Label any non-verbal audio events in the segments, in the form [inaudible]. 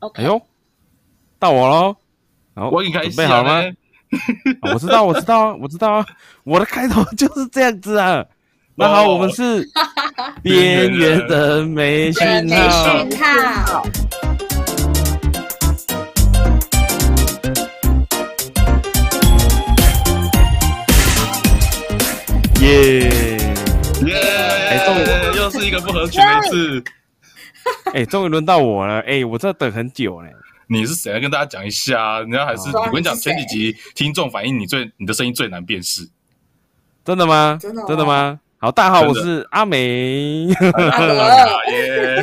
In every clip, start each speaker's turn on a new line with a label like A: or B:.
A: OK，
B: 哎呦，到我喽！然后
C: 我应该
B: 准备好了
C: [laughs]
B: 吗？啊我知道，我知道，我知道啊！我的开头就是这样子啊。那好，
C: 哦
B: 我们
C: [laughs]
B: 是边缘人没讯啊
A: 对没
B: 号。
A: 讯 [laughs] 号，
B: 耶！
C: 耶！哎
B: 终
C: 又是一个不合群的一次。
B: 哎，终于轮到我了！哎，我这等很久嘞。
C: 你是谁啊？跟大家讲一下啊，人家还是
B: 哦
C: 我跟你讲，
A: 你是谁
C: 前几集听众反映你最你的声音最难辨识。
B: 真的吗？
A: 真的哦
B: 吗？好，大家好，
C: 真
B: 我
C: 的
B: 是阿梅。
A: 阿德，
C: 啊耶！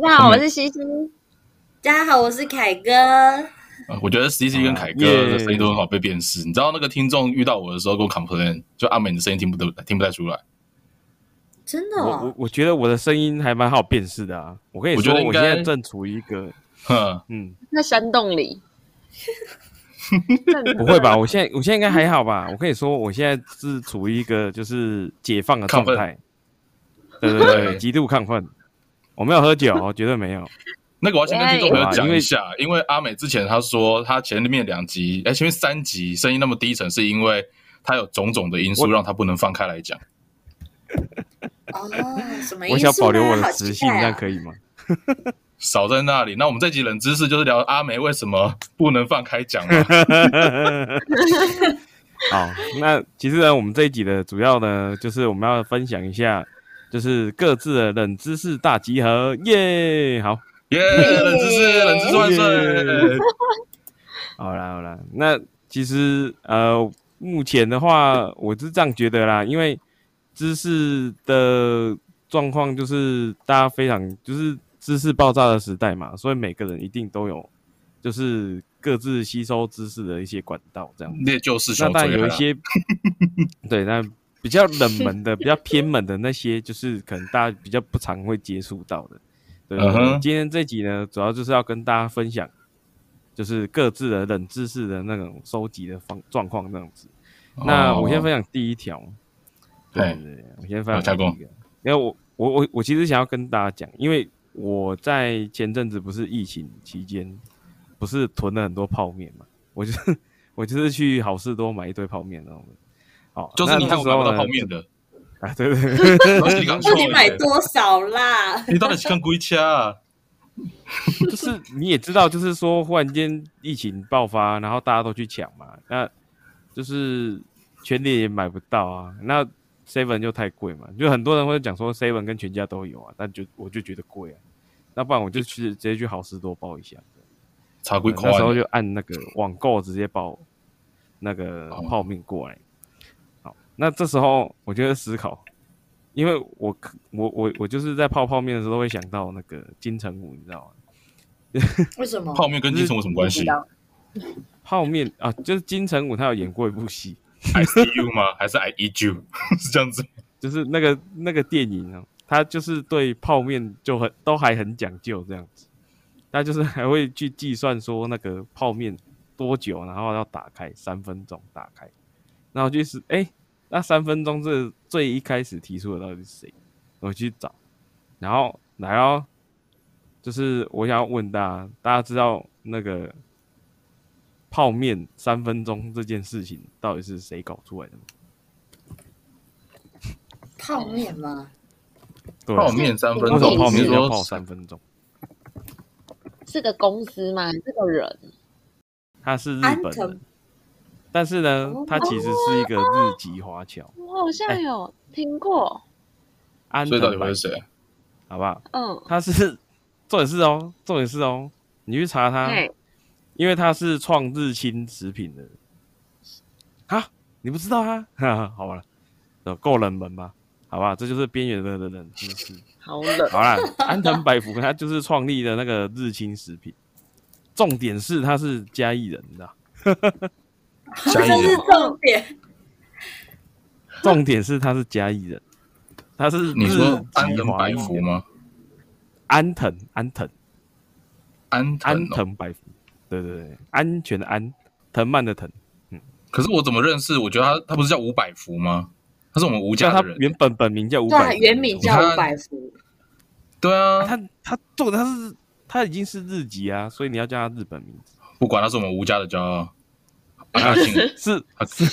D: 大家好，我是西西。
A: 大家好，我是凯哥。
C: 啊我觉得 C C 跟凯哥
B: 耶
C: 的声音都很好被辨识。你知道那个听众遇到我的时候跟我 complain，就阿美你的声音听不得听不太出来。
A: 真的
B: 我
A: 哦
B: 我，我觉得我的声音还蛮好辨识的啊。我跟你
C: 我觉
B: 说，
C: 得应
B: 我现在
C: 该
B: 正处于一个
C: 哼，
B: 嗯，
D: 在山洞里。
B: 不会吧？我现在我现在应该还好吧？我跟你说，我现在是处于一个就是解放的状态，对对对， [laughs]
C: 对
B: 极度亢奋。我没有喝酒哦，绝对没有。
C: 那个我要先跟听众朋友
B: 哎
C: 讲一下，因为啊阿美之前她说她前面两集，哎，前面三集声音那么低沉，是因为她有种种的因素
B: 我
C: 让她不能放开来讲。
A: 哦， [laughs] 什么意思？
B: 我想保留我的磁性，
A: 好期
B: 这
A: 待
B: 样
A: 啊
B: 可以吗？
C: 少在那里。那我们这集冷知识就是聊阿美为什么不能放开讲嘛。
B: [laughs] 好，那其实呢，我们这一集的主要呢，就是我们要分享一下，就是各自的冷知识大集合，耶！好，
C: 耶、冷知识，冷知识万
B: [laughs]
C: 岁！
B: 好啦好啦，那其实呃，目前的话，我是这样觉得啦，因为知识的状况就是大家非常就是知识爆炸的时代嘛，所以每个人一定都有就是各自吸收知识的一些管道这样子。
C: 那就是
B: 那
C: 小
B: 当
C: 嘴
B: 然有一
C: 了。
B: 些 [laughs] 对，那比较
C: [laughs]
B: 冷门的、比较偏门的那些，就是可能大家比较不常会接触到的。对，
C: 嗯哼
B: 今天这集呢，主要就是要跟大家分享，就是各自的冷知识的那种收集的方状况那样子。那我先
C: 哦
B: 分享第一条，
C: 对，
B: 对，我先分
C: 好加
B: 享第
C: 工
B: 一个。因为我我我我其实想要跟大家讲，因为我在前阵子不是疫情期间，不是囤了很多泡面嘛，我就是我就是去好事多买一堆泡面那种的。哦，
C: 就是你
B: 那
C: 看
B: 那
C: 我
B: 时
C: 买
B: 候
C: 不到
B: 呢
C: 泡面的，
B: [laughs] 啊，对对对，
C: 然后你刚
A: 到
C: 说
A: 底买
C: 的，
A: 多少啦？
C: 你到底是看龟掐啊？
B: 就是你也知道，就是说忽然间疫情爆发，然后大家都去抢嘛，那就是全联也买不到啊，那 seven 就太贵嘛，就很多人会讲说 seven 跟全家都有啊，但就我就觉得贵啊，那不然我就去直接去好事多包一下，
C: 茶啊龟
B: 那时候
C: 宽，
B: 就按那个网购直接包那个
C: 哦
B: 泡面过来。好，那这时候我就在思考，因为我可我我我就是在泡泡面的时候都会想到那个金城武，你知道吗？
A: [laughs] 为什么？
C: 泡面跟金城有什么关系
B: 泡面啊，就是金城武他有演过一部戏，
C: ？I see you 吗？还是 I eat you？是 [laughs] 这样子？
B: 就是那个那个电影啊，他就是对泡面就很都还很讲究这样子，他就是还会去计算说那个泡面多久，然后要打开三分钟打开，然后就是哎、诶那三分钟这最一开始提出的到底是谁？我去找，然后来哦，就是我想要问大家，大家知道那个泡面三分钟这件事情到底是谁搞出来的吗？
A: 泡面吗？
B: 对啊
C: 泡面三分
B: 为什么
C: 钟，
B: 泡
C: 你
B: 面要
C: 说
B: 泡三分钟？
D: 是个公司吗？这个人
B: 他是日
A: 安
B: 本
A: 藤
B: 人，但是呢
A: 哦，
B: 他其实是一个日籍华侨。
D: 我好
E: 哎
D: 像有听过。
B: 安
C: 所以到
B: 藤
C: 底
B: 白
C: 会，是谁？
B: 好不好？
D: 嗯，
B: 他是 [laughs] 重点是哦，重点是哦，你去查
E: 啊
B: 他，
D: 哎，
B: 因为他是创日清食品的。啊，你不知道啊？哈哈，好了，呃够冷门吧？好吧，这就是边缘人的冷知识。
D: 好冷。
A: [laughs]
B: 好啦，安藤百福他就是创立的那个日清食品，重点是他是嘉义人，你知道？
C: 嘉
A: 这
C: 义
A: 是
C: 人，
A: 重点。
B: [laughs] 重点是他是嘉义人，他是
C: 你
B: 日
C: 说安
B: 籍
C: 藤
B: 华
C: 白
B: 裔
C: 福吗？
B: 安藤安藤
C: 安
B: 安
C: 藤哦，
B: 藤白福，对对对，安全的安，藤蔓的藤，
C: 可是我怎么认识？我觉得他他不是叫五百福吗？他是我们吴
B: 叫
C: 家
B: 他
C: 的人。
B: 原本本名叫五
A: 对啊，
B: 百，
A: 原名叫
C: 你看
A: 五百福。
C: 对啊，
B: 他他做的他是他已经是日籍啊，所以你要叫他日本名字。
E: 不管他是我们吴家的骄傲，啊，请
B: [laughs] 是
E: 啊
B: 是，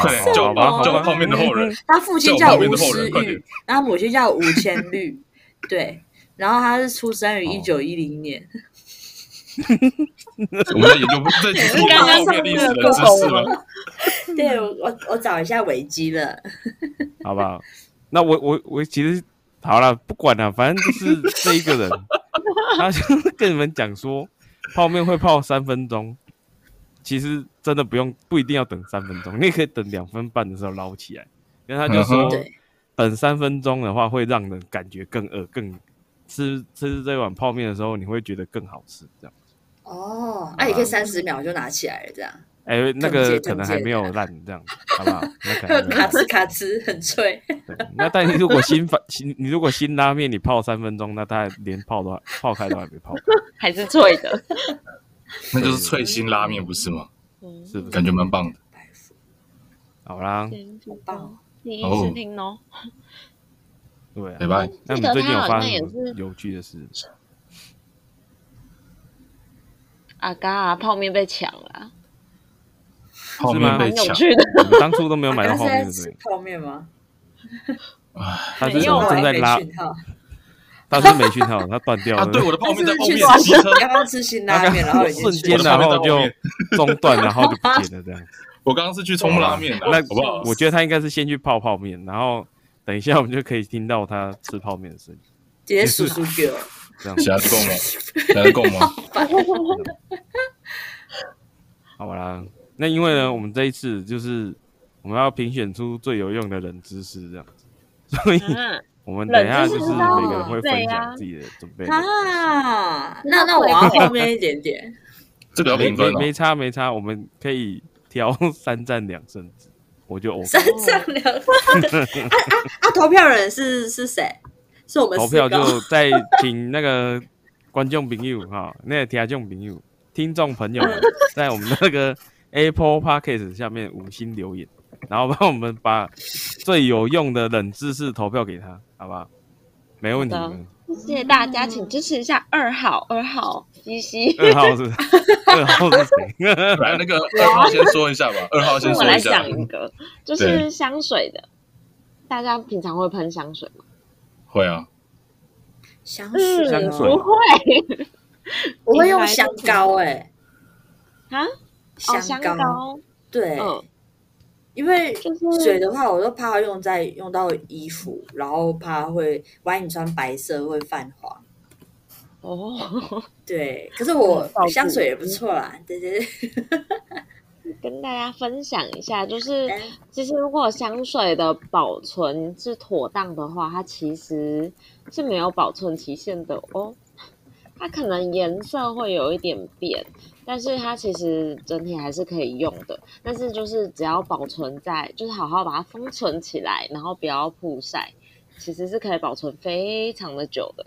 E: 快点
B: 好
E: 叫
B: 吧
A: 哦
B: 好吧
E: 叫后面的后人，
A: 他父亲叫
E: 叫我旁
A: 吴
E: 边的后
A: 思
E: 人快点
A: 玉，然后母亲叫吴千绿， [laughs] 对，然后他是出生于
B: 哦
A: 一九一零年，
E: 我们在研究在研究
D: 刚刚
E: 后面历史的
D: 上
E: 知
D: 课
E: 识吗？
A: [laughs] 对我我我找一下维基了，
B: [laughs] 好不好？那我我我其实好了，不管了，反正就是这一
A: [laughs]
B: 个人，他就跟你们讲说，泡面会泡三分钟，其实真的不用不一定要等三分钟，你也可以等两分半的时候捞起来。因为他就
E: 嗯
B: 说，
A: 对，
B: 等三分钟的话会让人感觉更饿，更吃吃这碗泡面的时候你会觉得更好吃，这样。
A: 哦，那也可以三十秒就拿起来了，这样，
B: 哎、
A: 正
B: 那个
A: 解
B: 可能
A: 正解
B: 还没有烂，这样好不好？那可能还没有
A: [laughs] 咔
B: 烂
A: 哧咔哧，很
B: [laughs]
A: 脆，
B: 对那但你如果新发新，你如果新拉面你泡三分钟，那它连泡都还泡开都还没泡，
D: 还是脆的，
E: 那就是脆心拉面不是吗？
D: [laughs] 嗯，
B: 是不是？
E: 感觉蛮棒的。
A: 白富
B: 好啦，
D: 好
A: 棒，
D: 第一次听哦，
B: 对啊
E: 拜。拜。
B: 那
D: 记
B: 你们
D: 得
B: 最近有
D: 他好
B: 发
D: 像
B: 生
D: 也
B: 什么
D: 是
B: 有趣的事？
D: 阿嘎啊泡面被抢了，啊
E: 泡面被
D: 蛮有
E: 抢，
D: [laughs] 趣的，
B: 我们当初都没有买到
A: 他
B: 泡
A: 是
B: 面，
A: 在
B: 对不
A: 吃
B: 对？
A: 泡面吗？
B: 他是
D: 没有
B: 手
D: 啊
B: 正在
A: 没
B: 拉，
A: 讯
B: [laughs]
A: 号，
B: 他是没讯号，他断掉
E: 啊！
B: 了。
E: 对，我的泡
A: 他
E: 面
A: 是
E: 在
A: 不
E: 后
A: 是去
E: 面，
A: 吃
E: 机车。
A: [laughs] 要不要吃辛
B: 他
A: 拉面？然后
B: 刚
A: 已经
B: 瞬
A: 去
B: 间
E: 我
A: 了
E: 的
B: 然
E: 泡面在
B: 后
E: 后
B: 就
E: 面
B: [laughs] 中断，然后就不见了这样。
E: 我刚刚是去冲拉面的，
B: 那
E: [laughs] 好不好？
B: 我觉得他应该是先去泡泡面，然后等一下我们就可以听到他吃泡面的声音，
A: 直接数数给我，
B: 这样
E: 起来够吗？起来够吗？
B: 好啦，那因为呢，我们这一次就是我们要评选出最有用的冷知识这样子，所以
D: 嗯，
B: [laughs] 我们等一下
D: 冷
B: 就
D: 知
A: 识
B: 是
A: 知道
B: 每个人会分
D: 对啊
B: 享自己的准备的。
A: 啊， [laughs] 那那我要后面一点 [laughs] 点，
E: 这个要
B: 没
E: 评
B: 没
E: 分哦。
B: 没差没差，我们可以挑三战两胜制，我就 OK。
A: 三上两分 [laughs] 啊啊啊！投票人是是谁？是我们
B: 投
A: 四
D: 哦
B: 票
A: 个哦
B: 就再请那个观众朋友哈，那个听众朋友、听众朋友
D: [laughs]
B: 们在我们那个 Apple Podcast 下面五星留言，然后帮我们把最有用的冷知识投票给他，好吧？没问题
D: 好的
B: 的。
D: 谢谢大家，请支持一下二号，二号
E: [laughs]
D: 西西，
B: 二号
D: [laughs]
B: 是二号是谁？
E: 来，那个二号先说一下吧，二号先
D: 我
E: 说
D: 来
E: 一下
D: 想，一个，就
E: 对
D: 是香水的，大家平常会喷香水吗？
E: 会啊，
A: 香
D: 嗯，
A: 水哦，
B: 水
D: 不会
A: 我会用香膏哎、
D: 啊，哦，香
A: 膏
D: 膏，
A: 对，
D: 嗯，
A: 因为
D: 就是
A: 水的话，我都怕用在用到衣服，然后怕会万一你穿白色会泛黄。
D: 哦，
A: 对，可是我
D: 嗯照顾
A: 香水也不错啦，对对对，
D: 跟大家分享一下，就
A: [laughs]
D: 是
A: 嗯
D: 其实如果香水的保存是妥当的话，它其实是没有保存期限的哦。它可能颜色会有一点变，但是它其实整体还是可以用的。但是就是只要保存在，就是好好把它封存起来，然后不要曝晒，其实是可以保存非常的久的。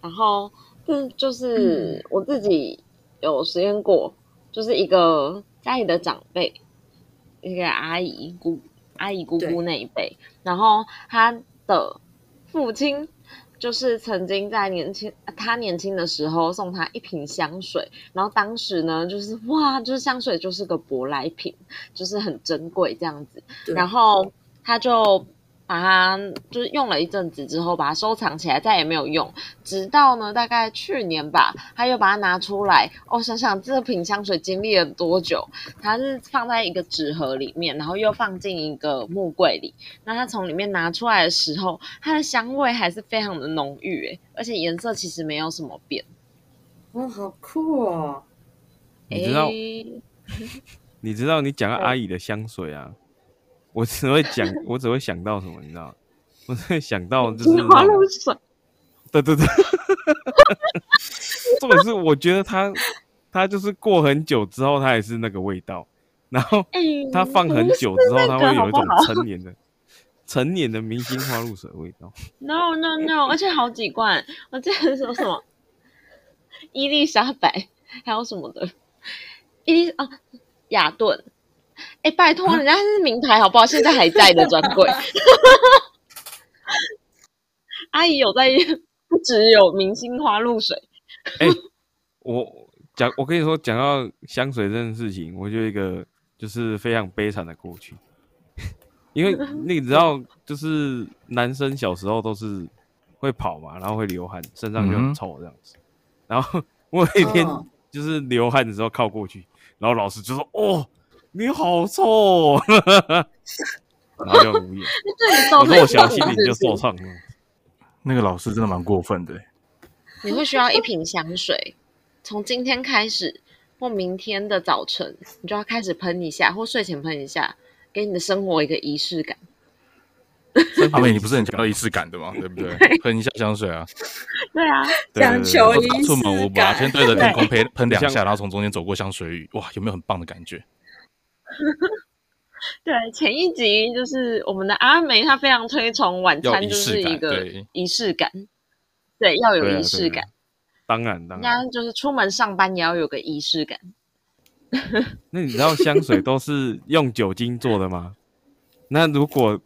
D: 然后这就是我自己有实验过，就是一个家里的长辈，一个阿姨姑阿姨姑姑
A: 对
D: 那一辈，然后她的父亲就是曾经在年轻她年轻的时候送她一瓶香水，然后当时呢就是哇，就是香水就是个舶来品，就是很珍贵这样子，
A: 对
D: 然后他就把它就是用了一阵子之后，把它收藏起来，再也没有用。直到呢，大概去年吧，他又把它拿出来。哦，想想这瓶香水经历了多久？它是放在一个纸盒里面，然后又放进一个木柜里。那他从里面拿出来的时候，它的香味还是非常的浓郁，诶，而且颜色其实没有什么变。
A: 哇，好酷哦！
B: 你
D: 欸
B: 知道
D: 诶
B: 你知道你讲到阿姨的香水啊，我只会讲，我只会想到什么，你知道吗？我只会想到就是那
D: 精华
B: 种
D: 露水，
B: 对对 [laughs] 对，重点是我觉得他他就是过很久之后，他也是那个味道，然后
D: 哎，
B: 他放很久之后，他
D: 不是那
B: 会有
D: 个
B: 一种
D: 好不好
B: 成年的成年的明星花露水味道。
D: No no no，而且好几罐，我记得说什么伊丽莎白，还有什么的，伊丽啊雅顿，哎，拜托，
B: 啊
D: 人家是名牌好不好？现在 [laughs] 还在的专柜，阿姨有在 [laughs] 不只有明星花露水，
B: 哎我讲，我跟你说，讲到香水这件事情，我就有一个就是非常悲惨的过去， [laughs] 因为你知道，就是男生小时候都是会跑嘛，然后会流汗，身上
E: 嗯
B: 就
E: 哼
B: 很臭这样子。然后我有一天
D: 哦
A: 嗯
B: 就是流汗的时候靠过去，然后老师就说：“哦，你好臭、哦。” [laughs] 然后就无言，
D: 对你造
B: 我
D: 成
B: 说我小心
D: 影响
B: 灵就是
D: 不是
B: 受创了。
C: 那个老师真的蛮过分的欸、
D: [laughs] 你会需要一瓶香水，从今天开始或明天的早晨，你就要开始喷一下，或睡前喷一下，给你的生活一个仪式感。
C: 阿美，你不是很强调仪式感的吗？对不对？喷一下香水啊，
D: 对啊，
C: 对对对
A: 讲求
C: 对对
A: 仪
C: 出门
A: 式
C: 我把
A: 感
C: 先对着天空喷喷两
B: 像
C: 下，然后从中间走过香水雨，哇，有没有很棒的感觉？
D: 对，前一集就是我们的阿梅，她非常推崇晚
C: 要
D: 餐
C: 仪
D: 就
C: 式
D: 是
C: 感
D: 一个
C: 对
D: 仪式感，对，要
B: 对啊
D: 有
B: 对
D: 仪式
B: 啊
D: 感。
B: 当然，当
D: 人
B: 然
D: 家。就是出门上班也要有个仪式感。
B: 那你知道香水都是用酒精做的吗？那如果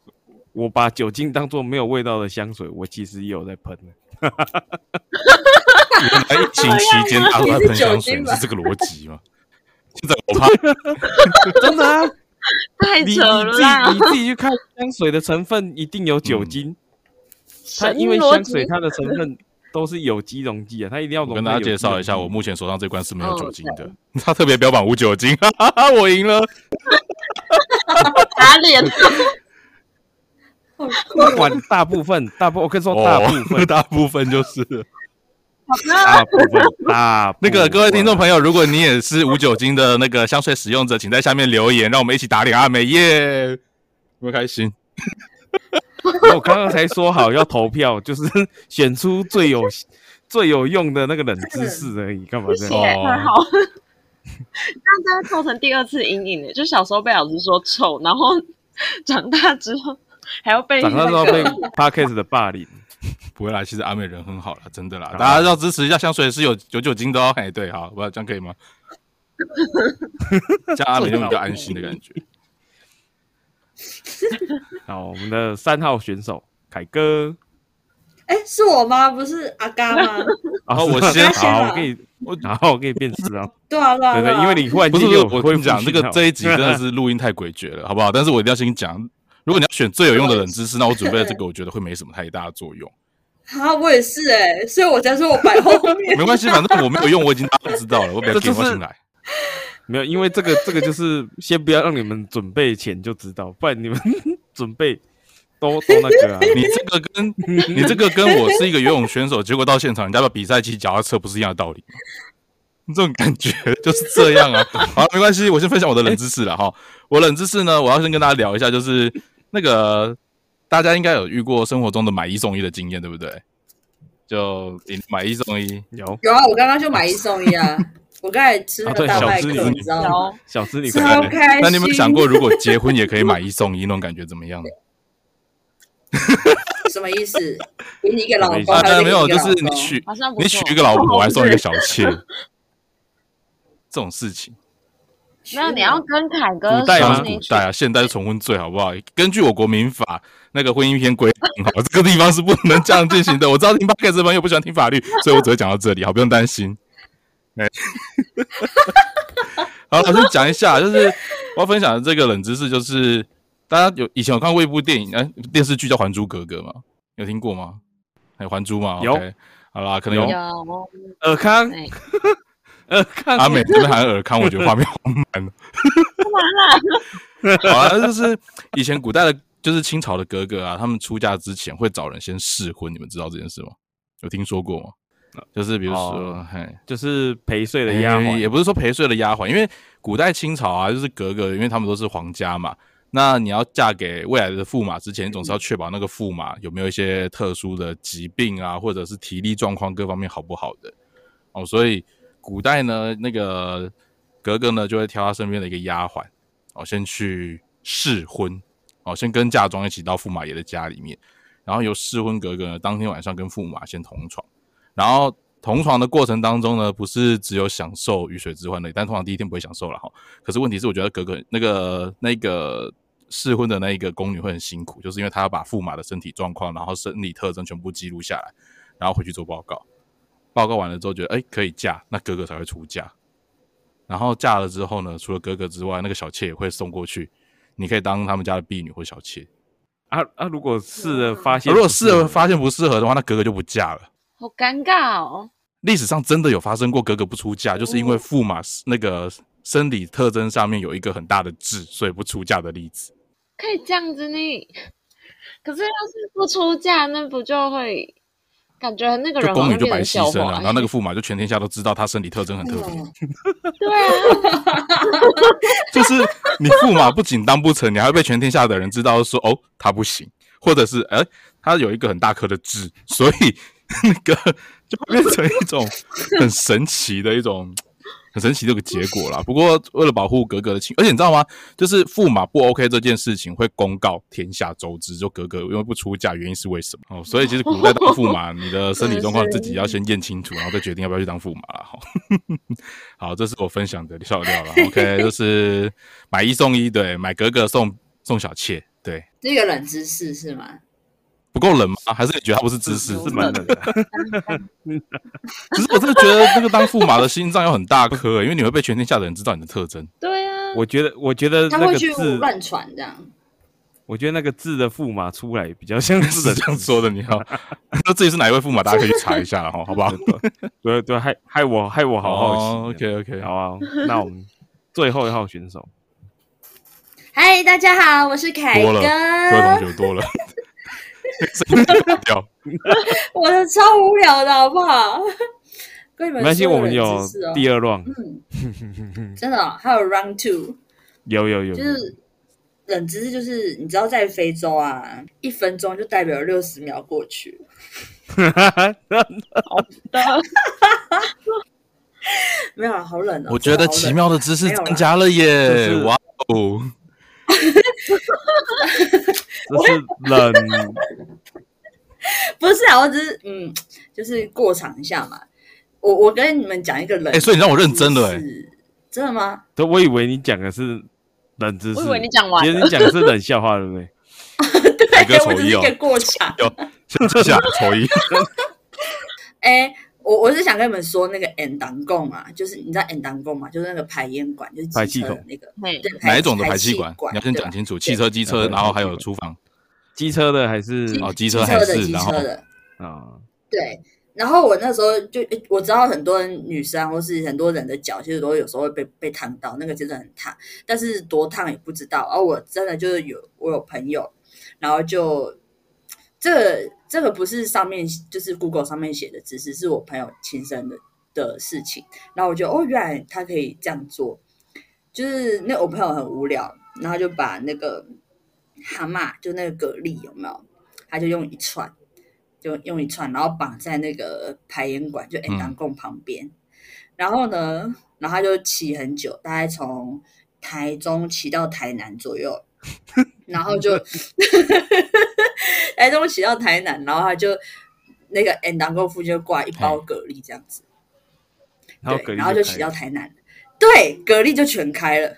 B: 我把酒精当做没有味道的香水，我其实也有在喷的。
D: [laughs]
C: 哎，疫情期间大家都在喷香水，
A: 你是酒精吧
C: 是这个逻辑吗？现在我怕
B: 真的啊，
D: 太
B: 你你
D: 扯了
B: 自己
D: 啦！
B: 你自己去看香水的成分，一定有酒精。它
D: 神
B: 因为
D: 逻
B: 香
D: 辑
B: 水它的成分都是有机溶剂啊，它一定要
C: 我
B: 溶。
C: 跟大家介绍一下，我目前手上这罐是没有
D: 哦
C: 酒精的，它特别标榜无酒精，哈哈哈，我赢了。
D: [laughs] 打脸，
A: 好酷
B: 不管大部分大部，我跟你说大部分、
C: [laughs] 哦大部分就是
B: 大部分大部
C: [laughs]
B: [laughs]
C: 那个各位听众
B: 分
C: 朋友，如果你也是无酒精的那个香水使用者，请在下面留言，让我们一起打脸阿美耶，有没有开心？
B: 我刚刚才说好要投票，就是选出最有最有用的那个冷知识而已，干嘛这样？哦
D: 谢太好。 [laughs] 让大家造成第二次阴影欸了，就小时候被老师说臭，然后 [laughs] 长大之后还要被
B: 长大之后
D: 那
B: 被
D: 个
B: podcast 的霸凌，
C: 不会啦，其实阿美人很好啦，真的啦，
B: 好
C: 大家要支持一下香水是有有酒精的哦。哎，对，好，我这样可以吗？这样阿美就比较安心的感觉。
B: 好，我们的三号选手凯哥，
A: 哎、是我吗？不是阿嘎吗？
B: 然
C: 好
B: 后
C: 哦我
B: 我
C: 先
B: 啊好，
A: 好
B: 我给你，我然后我给你变四
D: [laughs]
B: 啊，
A: 对啊，对啊，
B: 对
A: 啊
B: 对，因为你忽然
C: 不
B: 间
C: 是，不
B: 有
C: 是我跟
B: 恢
C: 你
B: 复
C: 讲，这个
B: 信号啊
C: 这一集真的是录音太诡谲了，好不好？但是我一定要先讲，如果你要选最有用的冷知识，那我准备的这个我觉得会没什么太大的作用。
A: 啊，我也是哎、所以我才说我摆后面。
C: 没关系，反正我没有用，我已经大家都知道了，我不要给我进来。
B: 没有，因为
C: [laughs]
B: 这个这个就是先不要让你们准备前就知道，不然你们 [laughs] 准备都都那个啊，
C: [laughs] 你这个跟你这个跟我是一个游泳选手，结果到现场人家把比赛骑脚踏车，不是一样的道理吗？这种感觉就是这样啊。好，没关系，我先分享我的冷知识了哈。我冷知识呢，我要先跟大家聊一下，就是那个大家应该有遇过生活中的买一送一的经验，对不对？就你买一送一，
B: 有
A: 有啊，我刚刚就买一送一啊，我刚才吃那
B: 啊对
A: 个大麦
B: 小
A: 克，
B: 资女
A: 你知道吗？
D: 有
B: 小资你
C: 啊
A: 超开心。
C: 那你有没有想过，如果结婚也可以买一送一，那种感觉怎么样？
A: 什么意思？给你一个哦老公，
C: 啊
A: 还，
C: 没有，就是你
A: 娶。
C: 娶
D: 好像不
C: 你
D: 错
C: 娶一个老婆，还
A: [laughs]
C: 送一个小妾，这种事情。
D: 没有，你要跟凯哥
B: 古代
C: 当
B: 吗
C: 然
D: 说
C: 是
D: 你
C: 古代啊，现代是重婚罪，好不好？根据我国民法那个婚姻篇规定，好， [laughs] 这个地方是不能这样进行的。我知道听 p o d c a 朋友不喜欢听法律，所以我只会讲到这里，好，不用担心。哎 [laughs] 好，我先讲一下，就是我要分享的这个冷知识，就是大家有以前有看过一部电影，哎、电视剧叫《还珠格格》吗？有听过吗？还有《还珠》吗？
B: 有
C: OK，好啦，可能有
B: 有
D: 有
B: 尔康
D: 哎，
B: [laughs] 尔康
C: [laughs] 阿美这边喊尔康，我觉得画面好满哦。 [laughs] 好啊，就是以前古代的，就是清朝的格格啊，他们出嫁之前会找人先试婚，你们知道这件事吗？有听说过吗？就是比如说
B: 哦，
C: 嘿，
B: 就是陪睡的丫
C: 哎也也
B: 鬟，
C: 不是说陪睡的丫鬟，因为古代清朝啊，就是格格，因为他们都是皇家嘛。那你要嫁给未来的驸马之前，你总是要确保那个驸马有没有一些特殊的疾病啊，或者是体力状况各方面好不好的哦。所以古代呢，那个格格呢就会挑她身边的一个丫鬟哦，先去试婚哦，先跟嫁妆一起到驸马爷的家里面，然后由试婚格格呢当天晚上跟驸马先同床。然后同床的过程当中呢，不是只有享受鱼水之欢的，但通常第一天不会享受了哈。可是问题是，我觉得格格那个那个试婚的那一个宫女会很辛苦，就是因为她要把驸马的身体状况，然后生理特征全部记录下来，然后回去做报告。报告完了之后觉得哎可以嫁，那哥哥才会出嫁。然后嫁了之后呢，除了哥哥之外，那个小妾也会送过去，你可以当他们家的婢女或小妾。
B: 啊啊！如果试了发现
C: 哎如
B: 不合，
C: 果适合发现不适合的话，那哥哥就不嫁了。
D: 好尴尬哦。
C: 历史上真的有发生过格格不出嫁，就是因为驸马那个生理特征上面有一个很大的痣，所以不出嫁的例子。
D: 可以这样子你，可是要是不出嫁，那不就会感觉那个
C: 就
D: 人好
C: 宫女
D: 像
C: 就
D: 变
C: 白
D: 成
C: 牺
D: 笑
C: 牲了，
D: 话。嗯
C: 然后
D: [laughs]
C: 那个驸马就全天下都知道他生理特征很特别， [laughs]
D: 对啊，
C: 就是你驸马不仅当不成，你还会被全天下的人知道说哦他不行，或者是哎、他有一个很大颗的痣，所以 [laughs] 那个就会变成一种很神奇的一种很神奇的一个结果啦。不过为了保护格格的情，而且你知道吗？就是驸马不 OK 这件事情会公告天下周知，就格格因为不出嫁，原因是为什么？哦，所以其实古代当驸马，你的身体状况自
B: 嗯
C: 己要先验清楚，然后再决定要不要去当驸马啦。哈、 [laughs] 好，这是我分享的笑料了。OK，就是
B: [laughs]
C: 买一送一，对，买格格送送小妾，对，
A: 这个冷知识是吗？
C: 不够冷吗？还是你觉得它不是知识？
B: 是蛮冷的。
C: 只是我真的觉得那个当驸马的心脏要很大颗、欸因为你会被全天下的人知道你的特征。
D: 对啊，
B: [laughs] 我觉得，我觉得
A: 他
B: 那
A: 会
B: 个
A: 去
B: 字，
A: 乱传这样。
B: 我觉得那个字的驸马出来比较像是
C: [laughs] 是
B: 冷
C: 这样说的，你好， [laughs] 那至于是哪一位驸马，大家可以去查一下了哈，好不好？哦
B: 对对，害害我害我好好奇。
C: ，OK OK，
B: 好啊，那我
C: [laughs]
B: 们最后一号选手，
A: 嗨，大家好，我是凯
C: 多了各位
A: 哥。
C: 同学
B: [laughs]
C: 多了， [laughs] 声音跑掉，
A: 我的超无聊的好不好？ [laughs] 跟你们
B: 没关系，
A: 说
B: 我们有
A: 冷知识哦
B: 第二 round，
A: 真的哦、还有 round two，
B: 有有
C: 嗯
B: 有， [laughs]
A: 就是冷知识，就是你知道在非洲啊，一分钟就代表六十秒过去。
D: 啊
A: 没有啊，好冷哦。
C: 我觉
A: 真的
C: 得
A: 好冷
C: 奇妙的知识
A: 没有啦
C: 增加了耶
B: 就，是
C: 哇哦！
B: 这是冷，
A: 不是啊，我只是嗯，就是过场一下嘛。我我跟你们讲一个冷知识，
C: 哎所以你让我认真了哎
A: [laughs] 真的吗？
B: 对，我以为你讲的是冷知识，
D: 我以为你讲完
B: 其实
D: 了
B: 你，讲的是冷笑话，对不对？
A: 对
C: 哥，
A: 我只
C: 丑
A: 是
C: 一
A: 一
C: 哦
A: 个过场。
C: 下下
A: [laughs]
C: 丑一，
A: 哎、我我是想跟你们说那个 N 党共啊，就是你知道 N 党共嘛，就是那个排烟管，就是
B: 排
A: 汽
B: 气
A: 车
B: 孔
A: 的那个，
D: 嘿 [laughs]
A: 对，
C: 哪一种的排
A: 排
C: 气
A: 管
C: 管？？你要先
A: 对吧
C: 讲清楚，汽车、机车，
B: 对
C: 然后还
B: 排
C: 有
B: 气
C: 厨房
B: 机车的还是
C: 哦，
A: 机
C: 机车
A: 车
C: 还
A: 的
C: 是
A: 机
C: 然后
A: 车的，
B: 啊？
A: 对。然后我那时候就我知道很多人女生或是很多人的脚其实都有时候会被被烫到，那个真的很烫，但是多烫也不知道。然后我真的就是有我有朋友，然后就这个这个不是上面就是 Google 上面写的知识，是我朋友亲身的的事情。然后我就哦，原来他可以这样做，就是那我朋友很无聊，然后就把那个蛤蟆就那个蛤蜊有没有，他就用一串。就用一串，然后绑在那个排烟管，就 N 档供旁边。然后呢，然后他就骑很久，大概从台中骑到台南左右，然后就台中骑到台南，然后他就那个 N 档购附近就挂一包蛤蜊这样子，
B: 然后
A: 对，
B: 隔
A: 然后就
B: 就
A: 骑到台南，对，蛤蜊就全开了。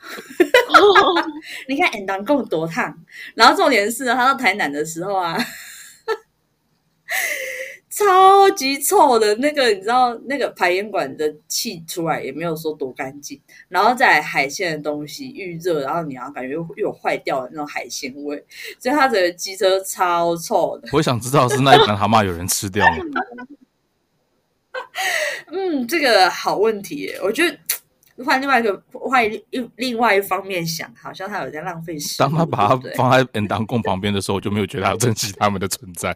A: 你看 N 档共多烫，然后重点是呢，他到台南的时候啊， [laughs] 超级臭的那个，你知道那个排烟管的气出来也没有说多干净，然后再来海鲜的东西预热，然后你要感觉又又有坏掉的那种海鲜味，所以他整个机车超臭的。
C: 我想知道是那一盘蛤蟆有人吃掉吗？
A: 嗯，这个好问题耶，我觉得。换另外一个，换一另另外一方面想，好像他有在浪费食物。
C: 当他把它
A: 对不对
C: 放在 N 当供旁边的时候，我就没有觉得他珍惜他们的存在。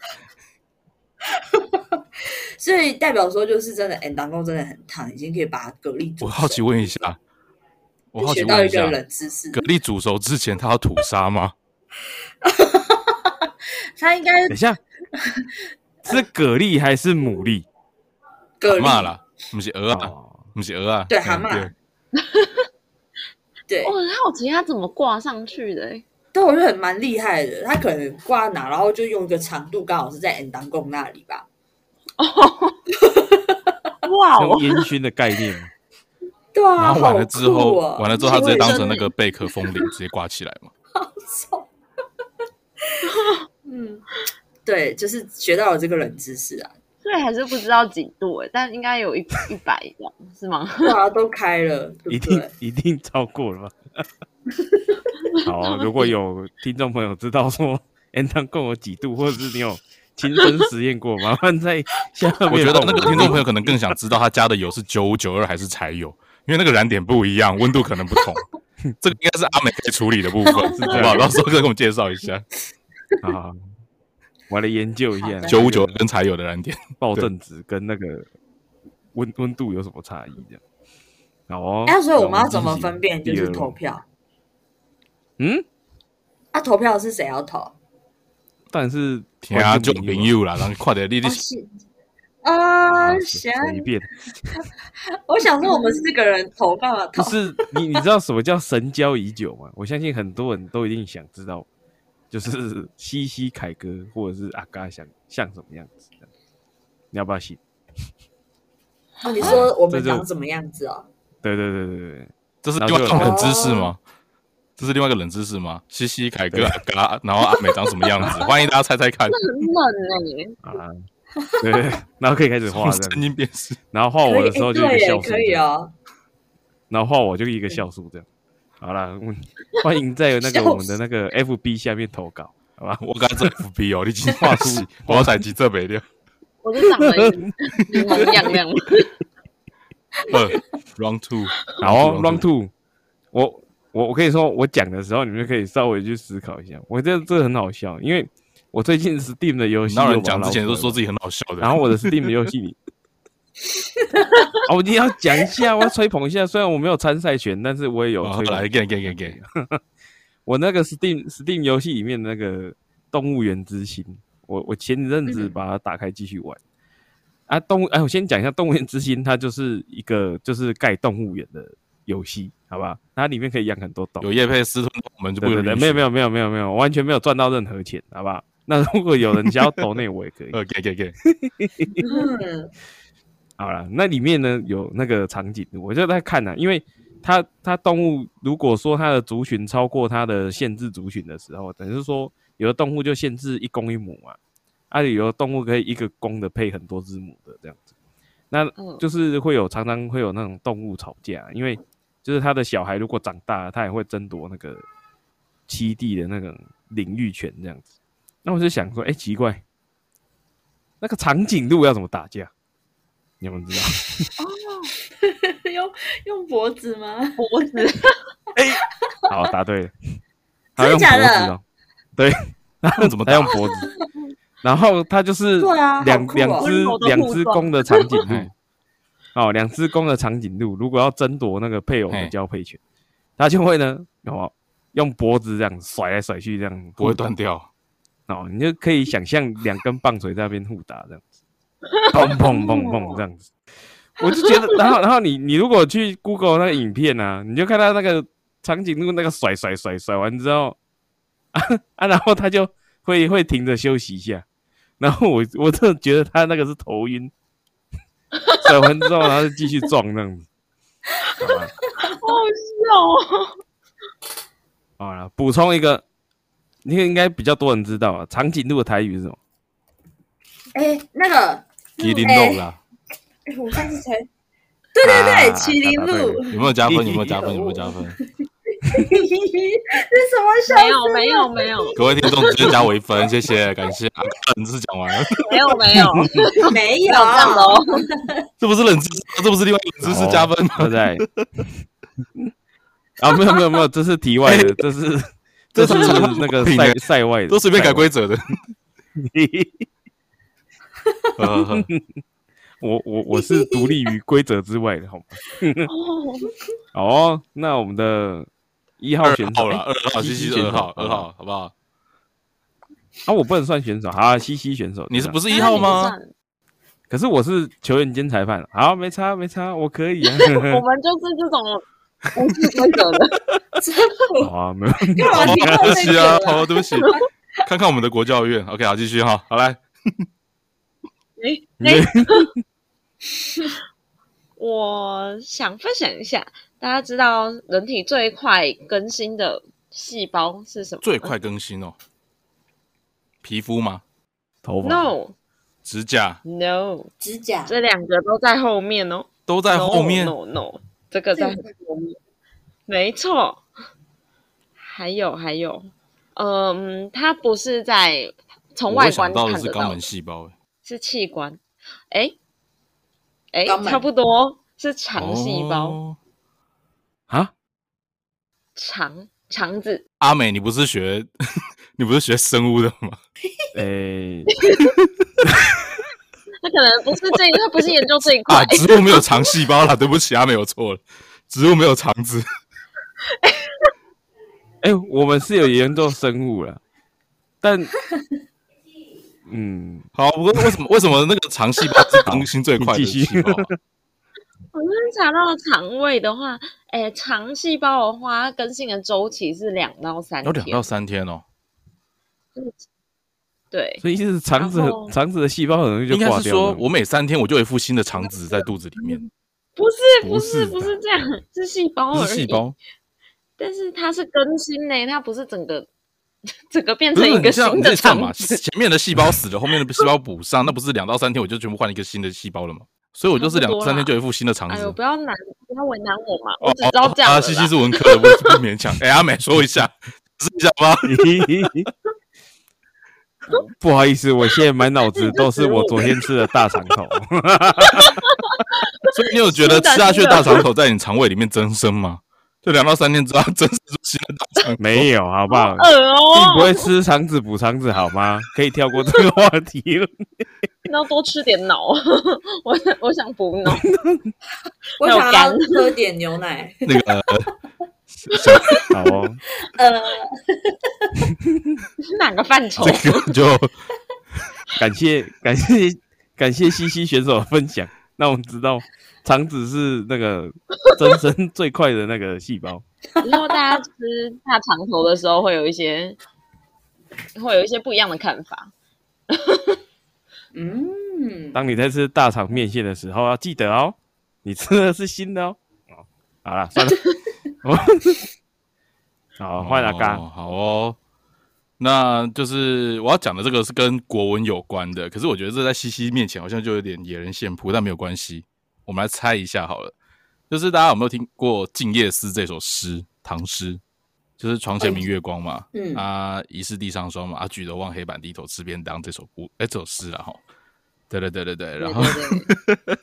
A: 所以代表说，就是真的 N 当工真的很烫，已经可以把蛤蜊煮熟。
C: 我好奇问一下，我好奇
A: 学到
C: 问
A: 一
C: 一下
A: 个，冷知识
C: 蛤，蜊煮熟之前它要吐沙吗？
A: 他应该
C: 哎
A: [laughs]
B: 等一下，是蛤蜊还是牡蛎？
A: 蛤
C: 蛤蟆
A: 蜊
C: 啦，不是鹅啊，
B: 哦
C: 不是鹅啊，
A: 对
C: 嗯
A: 蛤蟆对
D: 我很好奇他怎么挂上去的、欸。
A: 对，我觉得很蛮厉害的。他可能挂哪，然后就用一个长度刚好是在 N 当工那里吧。啊
D: 哇哦
B: 用！烟熏的概念吗？
A: 对啊，
C: 然后完了之后，
A: 好酷哦
C: 完了之后，他直接当成那
A: 我
C: 个贝壳风铃直接挂起来嘛。
A: 操。嗯，对，就是学到了这个冷知识啊。
D: 对，还是不知道几度哎，但应该有一一百这样是 [laughs] 吗？
A: 对啊，都开了，对
B: 一
A: 不
B: 定
A: 对？
B: 一定超过了吧？ [laughs] 好，如果有听众朋友知道说 N 汤共有几度，或者是你有亲身实验过，麻烦在下面
C: 我觉得
B: 帮
C: 那个
B: 们
C: 听众朋友可能更想知道他加的油是九五九二还是柴油，因为那个燃点不一样，温度可能不
B: [laughs]
C: 同。这个应该是阿美可以处理的部分，好不好？到时候可以给我们介绍
B: [laughs]
C: 一下
B: 好好，好我来研究一
A: 好
B: 下
A: 的
C: 九五九二跟柴油的燃点。
B: 爆正值跟那个温温度有什么差异这样。好哦，
A: 哎、所以我们要
B: 那
A: 怎么
B: 进行
A: 分辨就
B: 第二
A: 是
B: 轮
A: 投？票？
B: 嗯，
A: 啊，投票是谁要投？
B: 但
C: [laughs]
B: 是
C: 天啊，就
B: 朋
C: 朋
B: 友
C: 友啦，然后快点，你你
A: 哦是啊，行，
B: 随便，
A: 我想说我们四个人投干嘛
B: 不
A: 投？ [laughs]
B: 是你，你知道什么叫神交已久吗？我相信很多人都一定想知道，就是 [laughs] 西西凯哥或者是阿嘎想像什么样子这样你要不要信？
A: 哦，你说我们
B: 这就
A: 长什么样子哦？
B: 对对对对对，
C: 这是另外一个冷知识
B: 哦
C: 吗？这是另外一个冷知识吗？西西凯哥阿嘎，然后阿美长什么样
B: [laughs]
C: 子？欢迎大家猜猜看，
D: 很冷哎、
B: 啊，对对，对 [laughs] 然后可以开始画
C: 从
B: 这
C: 声
B: 样，
C: 音辨识。
B: 然后画哦我
A: 可
B: 的
A: 以，
B: 时候
A: 哎
B: 就一
A: 对
B: 个笑
A: 耶，
B: 数
A: 可，以哦。
B: 然后画我就一个笑数这样。好啦，嗯欢迎在那个
A: 笑死
B: 我们的那个 FB 下面投稿，好吧？
C: 我刚才 FB 哦，你已经画出，我要采集这北
B: [laughs]
C: 料。
D: 我就长得
C: [laughs]
D: 柠檬样样，
C: 不，Round Two，
B: 好哦，Round Two，我我我可以说，我讲的时候，你们就可以稍微去思考一下。我觉得这个很好笑，因为我最近 Steam 的游戏，
C: 哪有人讲之前都说自己很好笑的？
B: 然后我的 Steam 的游戏里，啊，我一定要讲一下，我要吹捧一下。虽然我没有参赛权，但是我也有
C: 哦
B: 吹捧。
C: 来 again again again，
B: 我那个 Steam Steam 游戏里面的那个《动物园之心》，我我前阵子把它打开继续玩。啊，动物哎，我先讲一下《动物园之心》，它就是一个就是盖动物园的游戏，好吧？它里面可以养很多动物
C: 有。叶佩斯吞，我们就不
B: 对对对，没有没有没有没有没有，完全没有赚到任何钱，好不好？那如果有人想要 [laughs] 投内，我也可以。
C: 有 again again，
A: 嗯， [laughs]
B: 好了，那里面呢有那个长颈鹿，我就在看呢、啊因为它它动物如果说它的族群超过它的限制族群的时候，等于是说有的动物就限制一公一母嘛，啊，有的动物可以一个公的配很多只母的这样子，那
D: 嗯
B: 就是会有常常会有那种动物吵架，因为就是他的小孩如果长大了，他也会争夺那个七弟的那个领域权这样子。那我就想说，哎、奇怪，那个长颈鹿要怎么打架？你们知道？
A: [laughs] 用用脖子吗？
D: 脖子
B: 好，答对了。他
A: 真
B: 用
A: 的假
B: 脖
A: 的
B: 子哦，对，
C: 他们怎么
B: 他
C: 打
B: 用？脖子，然后他就是
A: 对啊好
B: 两
A: 酷哦
B: 两只
D: 温柔的
B: 两
D: 互
B: 只
D: 撞
B: 公的长
A: [laughs]
B: 颈鹿
C: 嘿，
B: 哦，两只公的长颈鹿如果要争夺那个配偶的
C: 嘿
B: 交配权，他就会呢，哦，用脖子这样甩来甩去，这样
C: 不会断掉，
B: 哦，你就可以想象两根棒槌在那边互打这样子，砰砰砰砰这样子，我就觉得，然后然后你你如果去 Google 那个影片啊，你就看到那个长颈鹿那个甩甩甩甩完之后， [laughs] 啊啊，然后它就会会停着休息一下，然后我我真的觉得它那个是头晕，甩完之后然后就继续撞这样子，好
C: [laughs]
B: 吧
D: 好好笑哦！
B: 好了，补充一个，你应该比较多人知道啊，长颈鹿的台语是什么？
A: 哎，那个，
C: 麒麟肉啦，
A: 哎，我上次才，对对对，
B: 啊
A: 麒麟
B: 答对
A: 鹿
B: 了，
A: [laughs]
C: 有没有 [laughs] 加分？有没有加分？有没有加分？
A: 嘿嘿嘿这什么
D: [laughs] 没
A: 笑？啊
D: 有没有没有
C: 各位听众直接加我一分，谢谢，感谢。啊，冷知识讲完了，
D: 没有没有，没有
A: 没
D: 这
A: 有，
D: 样的哦。
C: [laughs] 这不是冷知识，这不是另外一个冷知识加分吗？
B: 对不对？
C: [laughs]
B: 啊，没有没有没有，这是题外的，这是这
C: 哎这
B: 是
C: 是什么
B: 那个
C: 品
B: 赛
C: 欸
B: 赛外的，
C: 都随便改
B: 赛外
C: 规则的。呵呵呵
B: 我我我是独立于规则之外的，
C: [laughs]
B: 好吗？好哦，那我们的一号
C: 二
B: 选手哎
C: 号啦，
B: 诶
C: 二号，西西
B: 选
C: 二
B: 手
C: 号，
B: 好
C: 二
B: 吧
C: 号，好不好？
B: 啊，我不能算选手，好啊，西西选手，
C: 你是
B: 对啊
C: 不是一号吗？
B: 可是我是球员兼裁判，好，没差没差，我可
C: [laughs]
B: 以啊，
C: 嗯
D: 我们就是这种无视规则
C: [laughs]
D: 的，
B: 好啊，没有
A: 干嘛
C: 哦
A: 提到
C: 对
A: 这
C: 不起啊，
A: 个啊？
C: 好，对不起。看看我们的国教院，OK，好，继续哈，好来，
D: 诶
C: 嗯
B: 你
D: 诶 [laughs] 我想分享一下，大家知道人体最快更新的细胞是什么？
C: 最快更新哦，皮肤吗？
B: 头发
D: No，
C: 指甲
D: No，
A: 指甲，
D: 这两个都在后面哦，
C: 都在后面
D: No no，, no 这个在后面，没错。还有还有，嗯，它不是在从
C: 我
D: 外
C: 会想
D: 观看
C: 到
D: 得
C: 的是
D: 到
C: 肛门细胞、欸
D: 是器官，哎哎
A: 肛，门
D: 差不多是肠细胞，
C: 哦
B: 啊，
D: 肠肠子，
C: 阿美，你不是学 [laughs] 你不是学生物的吗？
B: 诶、
D: 它可能不是这， [laughs] 它不是研究这一
C: [laughs]
D: 块 [laughs]
C: 啊，，植物没有肠细胞啦， [laughs] 对不起，阿美，我错了，植物没有肠子。
B: 哎、我们是有研究生物了，但嗯，
C: 好，不过为什么为什么那个肠细胞是更新最快的
B: 你继续
C: 细胞
D: [laughs]
C: 啊？
D: 我刚刚查到肠胃的话，哎，肠细胞的话，它更新的周期是两到三
C: 有
D: 天，
C: 两到三天哦，
D: 对，
B: 所以就是肠子很
D: 然后
B: 肠子的细胞很容易就
C: 应该
B: 挂
C: 是
B: 掉
C: 说
B: 了。
C: 我每三天我就有一副新的肠子在肚子里
D: 嗯
C: 面，
D: 不是不是
B: 不
D: 不
B: 是
D: 是这样，是细胞
C: 不
D: 而
C: 是
D: 已
C: 细，胞。
D: 但是它是更新呢，它不是整个 [laughs] 整个变
C: 不
D: 成
C: 是
D: 一
C: 你
D: 个
C: 这样，
D: 新
C: 你这
D: 的
C: 算
D: 肠
C: 嘛？
D: 子，
C: 前面的细胞死了，后面的细胞补上，那不是两到三天我就全部换一个新的细胞了吗？所以我就是
D: 差不
C: 两
D: 多啦
C: 三天就有一副新的肠
D: 哎
C: 子
D: 呦，。不要难，不要为难我嘛，
C: 哦
D: 我只知道这样
C: 啊，
D: 了
C: 西西
D: 啦
C: 是文科的，不不勉强。哎，阿美说一下，解释一下吧。
B: [laughs] 不好意思，我现在满脑子都是我昨天吃的大肠
C: [laughs]
B: 头。
C: 所以你有觉得吃下去的大肠头在你肠胃里面增生吗？就两到三天之后它增生出新的大肠头，
B: 没有，好不好？
D: 恶
B: 并不
D: 哦，
B: 会吃肠子补肠子，好吗？可以跳过这个话题
C: [laughs]
B: 了。
D: 那要多吃点脑， [laughs] 我我想
C: [laughs]
D: 补脑。
A: 我
D: 还有
A: 想要
D: 肝
A: 喝点牛
D: [laughs]
A: 奶。
C: 那个
B: 好哦，
A: 呃，
D: 是哪个范畴？
C: 这个就
B: 感谢感谢感谢西西选手的分享，让我们知道肠子是那个增生最快的那个细胞。
D: 以后大家吃大肠头的时候，会有一些会有一些不一样的看法。
A: 嗯，
B: 当你在吃大肠面线的时候，要记得哦，你吃的是新的哦。哦好了，算了。 [laughs] 好，换阿嘎。
C: 哦好哦，那就是我要讲的这个是跟国文有关的，可是我觉得这在西西面前好像就有点野人献曝，但没有关系，我们来猜一下好了。就是大家有没有听过《静夜思》这首诗，唐诗，就是“床前明月光”嘛，
A: 嗯
C: 啊，疑是地上霜嘛，啊，举头望黑板，低头吃便当这首不，哎，这首诗了哈。对对对对对，然后
D: 对对对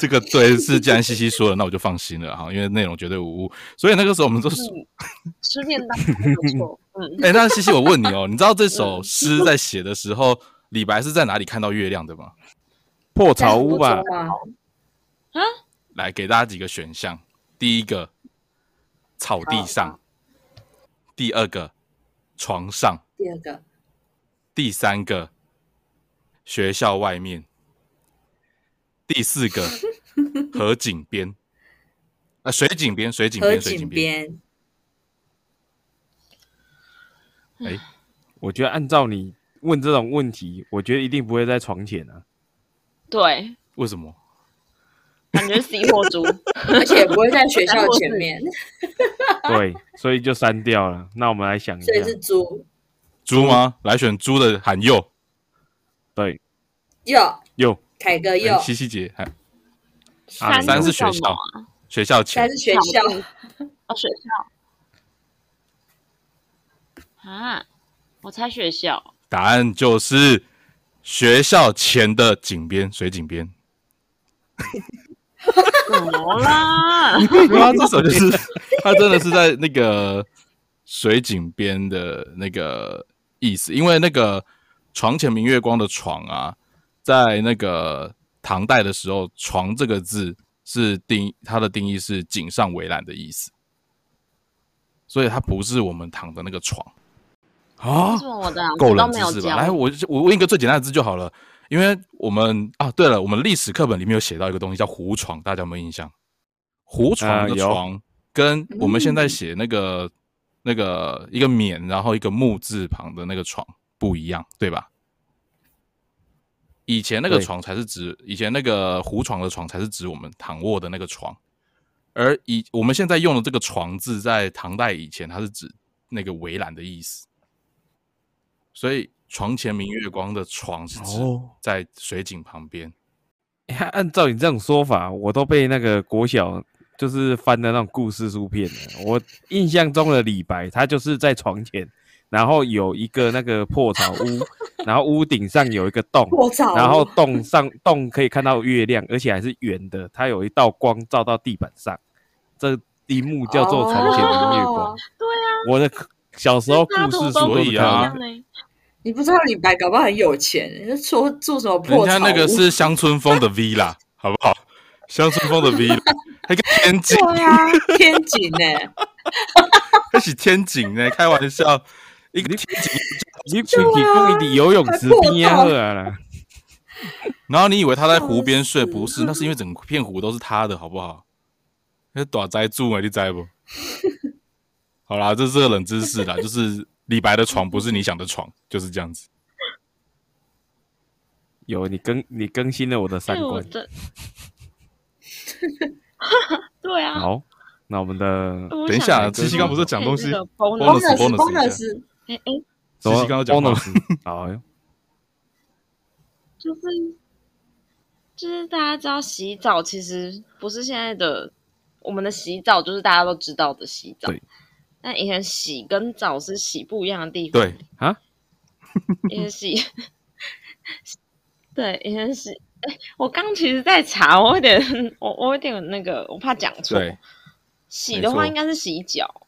C: 这个对是既然西西说了，那我就放心了哈，因为内容绝对无误。所以那个时候我们都
D: 吃便当没有错。嗯，
C: [laughs] 哎、那西西，我问你哦，你知道这首诗在写的时候，李白是在哪里看到月亮的 [laughs] 吗？
B: 破草屋吧
A: 不，错啊
C: 来，给大家几个选项：第一个，草地上；第二个，床上；
A: 第二个，
C: 第三个，学校外面；第四 [laughs] 个，河景边。啊、水井边，水井
A: 河
C: 边，水井
A: 景
C: 边。
A: 边，
C: 哎、
B: 我觉得按照你问这种问题，我觉得一定不会在床前啊。
D: 对，
C: 为什么？
D: 感觉死货
C: [laughs]
D: 猪。
C: 啊
A: 而且不会在学校前面，
B: 对，所以就删掉了。那我们来想一下
A: 所以，是猪
C: 猪吗？来选猪的喊右。
B: 对，
A: 右，
B: 又
A: 凯哥
C: 哎
A: 右，
C: 西西姐喊
B: 啊
C: 三是
D: 是
C: 学
D: 什
C: 校
D: 么啊，
C: 学校前
A: 但。是学校
D: 草地哦，学校啊，我猜学校。
C: 答案就是学校前的井边，水井 [laughs] 边。
D: 怎
C: [laughs]
D: 么
C: 哇，
D: 啦？
C: 啊这首就是 [laughs] 它真的是在那个水井边的那个意思，因为那个“床前明月光”的“床”啊，在那个唐代的时候，“床”这个字是定它的定义是井上围栏的意思，所以它不是我们躺的那个床。
B: 啊
D: 为什，么我的老师
C: 够
D: 都
C: 冷
D: 没
C: 知
D: 有
C: 识吧？
D: 教？
C: 来，我就我问一个最简单的字就好了，因为我们啊，对了，我们历史课本里面有写到一个东西叫胡床，大家有没有印象？胡床
B: 呃
C: 的
B: 有
C: 床跟我们现在
A: 嗯
C: 写那个、那个一个冕，然后一个木字旁的那个床不一样，对吧？以前那个
B: 对
C: 床才是指，以前那个胡床的床才是指我们躺卧的那个床，而以我们现在用的这个“床”字，在唐代以前它是指那个围栏的意思，所以床前明月光的床是指
B: 哦
C: 在水井旁边。
B: [laughs] 哎呀按照你这种说法，我都被那个国小就是翻的那种故事书骗了。我印象中的李白，他就是在床前，然后有一个那个破草屋，然后屋顶上有一个洞，
A: 我操！
B: 然后洞上洞可以看到月亮，而且还是圆的，它有一道光照到地板上，这一幕叫做床前明月光。
A: 哦
D: 对啊，
B: 我的小时候故
D: 大家
B: 事
D: 图
B: 书都
D: 都不
C: 所
B: 是
C: 以
D: 一
B: 这样
C: 啊
D: 样
C: [laughs]
D: 欸呢。
A: 你不知道李白搞不好很有钱，你说做什么
C: 人
A: 破
C: 家
A: 草屋？
C: 那个是乡村风的 villa，好不 [laughs] 好？乡村风
A: [laughs]
C: 的 villa，还个天
A: [laughs]
C: 井，
A: 对啊，天井呢、
C: [laughs] 还是天井呢？开玩笑，一个天井。
B: 你 [laughs] 去去公你游泳池边啊好啊啦，
C: 然后你以为他在湖边睡，
A: 笑死
C: 不
D: 嗯
C: 是？那是因为整片湖都是他的，好不好？那短灾住啊，你栽不？ [laughs] 好啦，这是个冷知
D: [laughs]
C: 识啦，就是李白的床不是你想的床，就是这样子。
B: 有你更你更新了我的三
D: 哎我
B: 观。
D: 真， [laughs] 对啊。
B: [laughs] 好，那我们的
D: 我
C: 等一
D: 想
C: 下
D: 来
C: 七
B: 七
D: 这
B: 刚
D: 个
B: 不
C: 是讲东西
D: 这个
C: bonus
D: bonus，
A: bonus
C: bonus 一
A: bonus
B: 什
C: 下西
D: 哎哎，
B: 么
C: 西刚刚讲话
B: bonus？好， [laughs]
D: 就是就是大家知道洗澡其实不是现在的我们的洗澡，就是大家都知道的洗澡
B: 对。
D: 但以前洗跟澡是洗不一样的地方，
C: 对，嗯
D: 以前洗， [laughs] 对，以前洗。哎，我刚其实在查，我有点，我我有点那个，我怕讲错。
C: 对，
D: 洗的
C: 没错
D: 话应该是洗脚，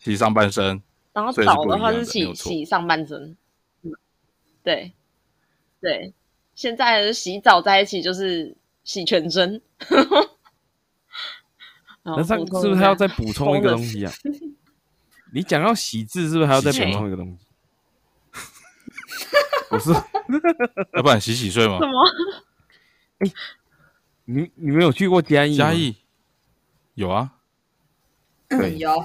C: 洗上半身，
D: 然后
C: 所以是
D: 澡
C: 不
D: 的
C: 一
D: 话
C: 样
D: 是
C: 的没有
D: 洗
C: 错
D: 洗上半身。嗯，对，对，现在的洗澡在一起就是洗全身。好
B: 那上
D: 补充
B: 是不是
D: 一
B: 还要再
D: 下
B: 补充一个东西啊？你讲到喜字，是不是还要再补充一个东西？不是，
C: 要不然洗洗睡嘛
D: 什。么？
B: 你你没有去过嘉义？
C: 嘉，义有啊，
B: 对
A: 嗯，有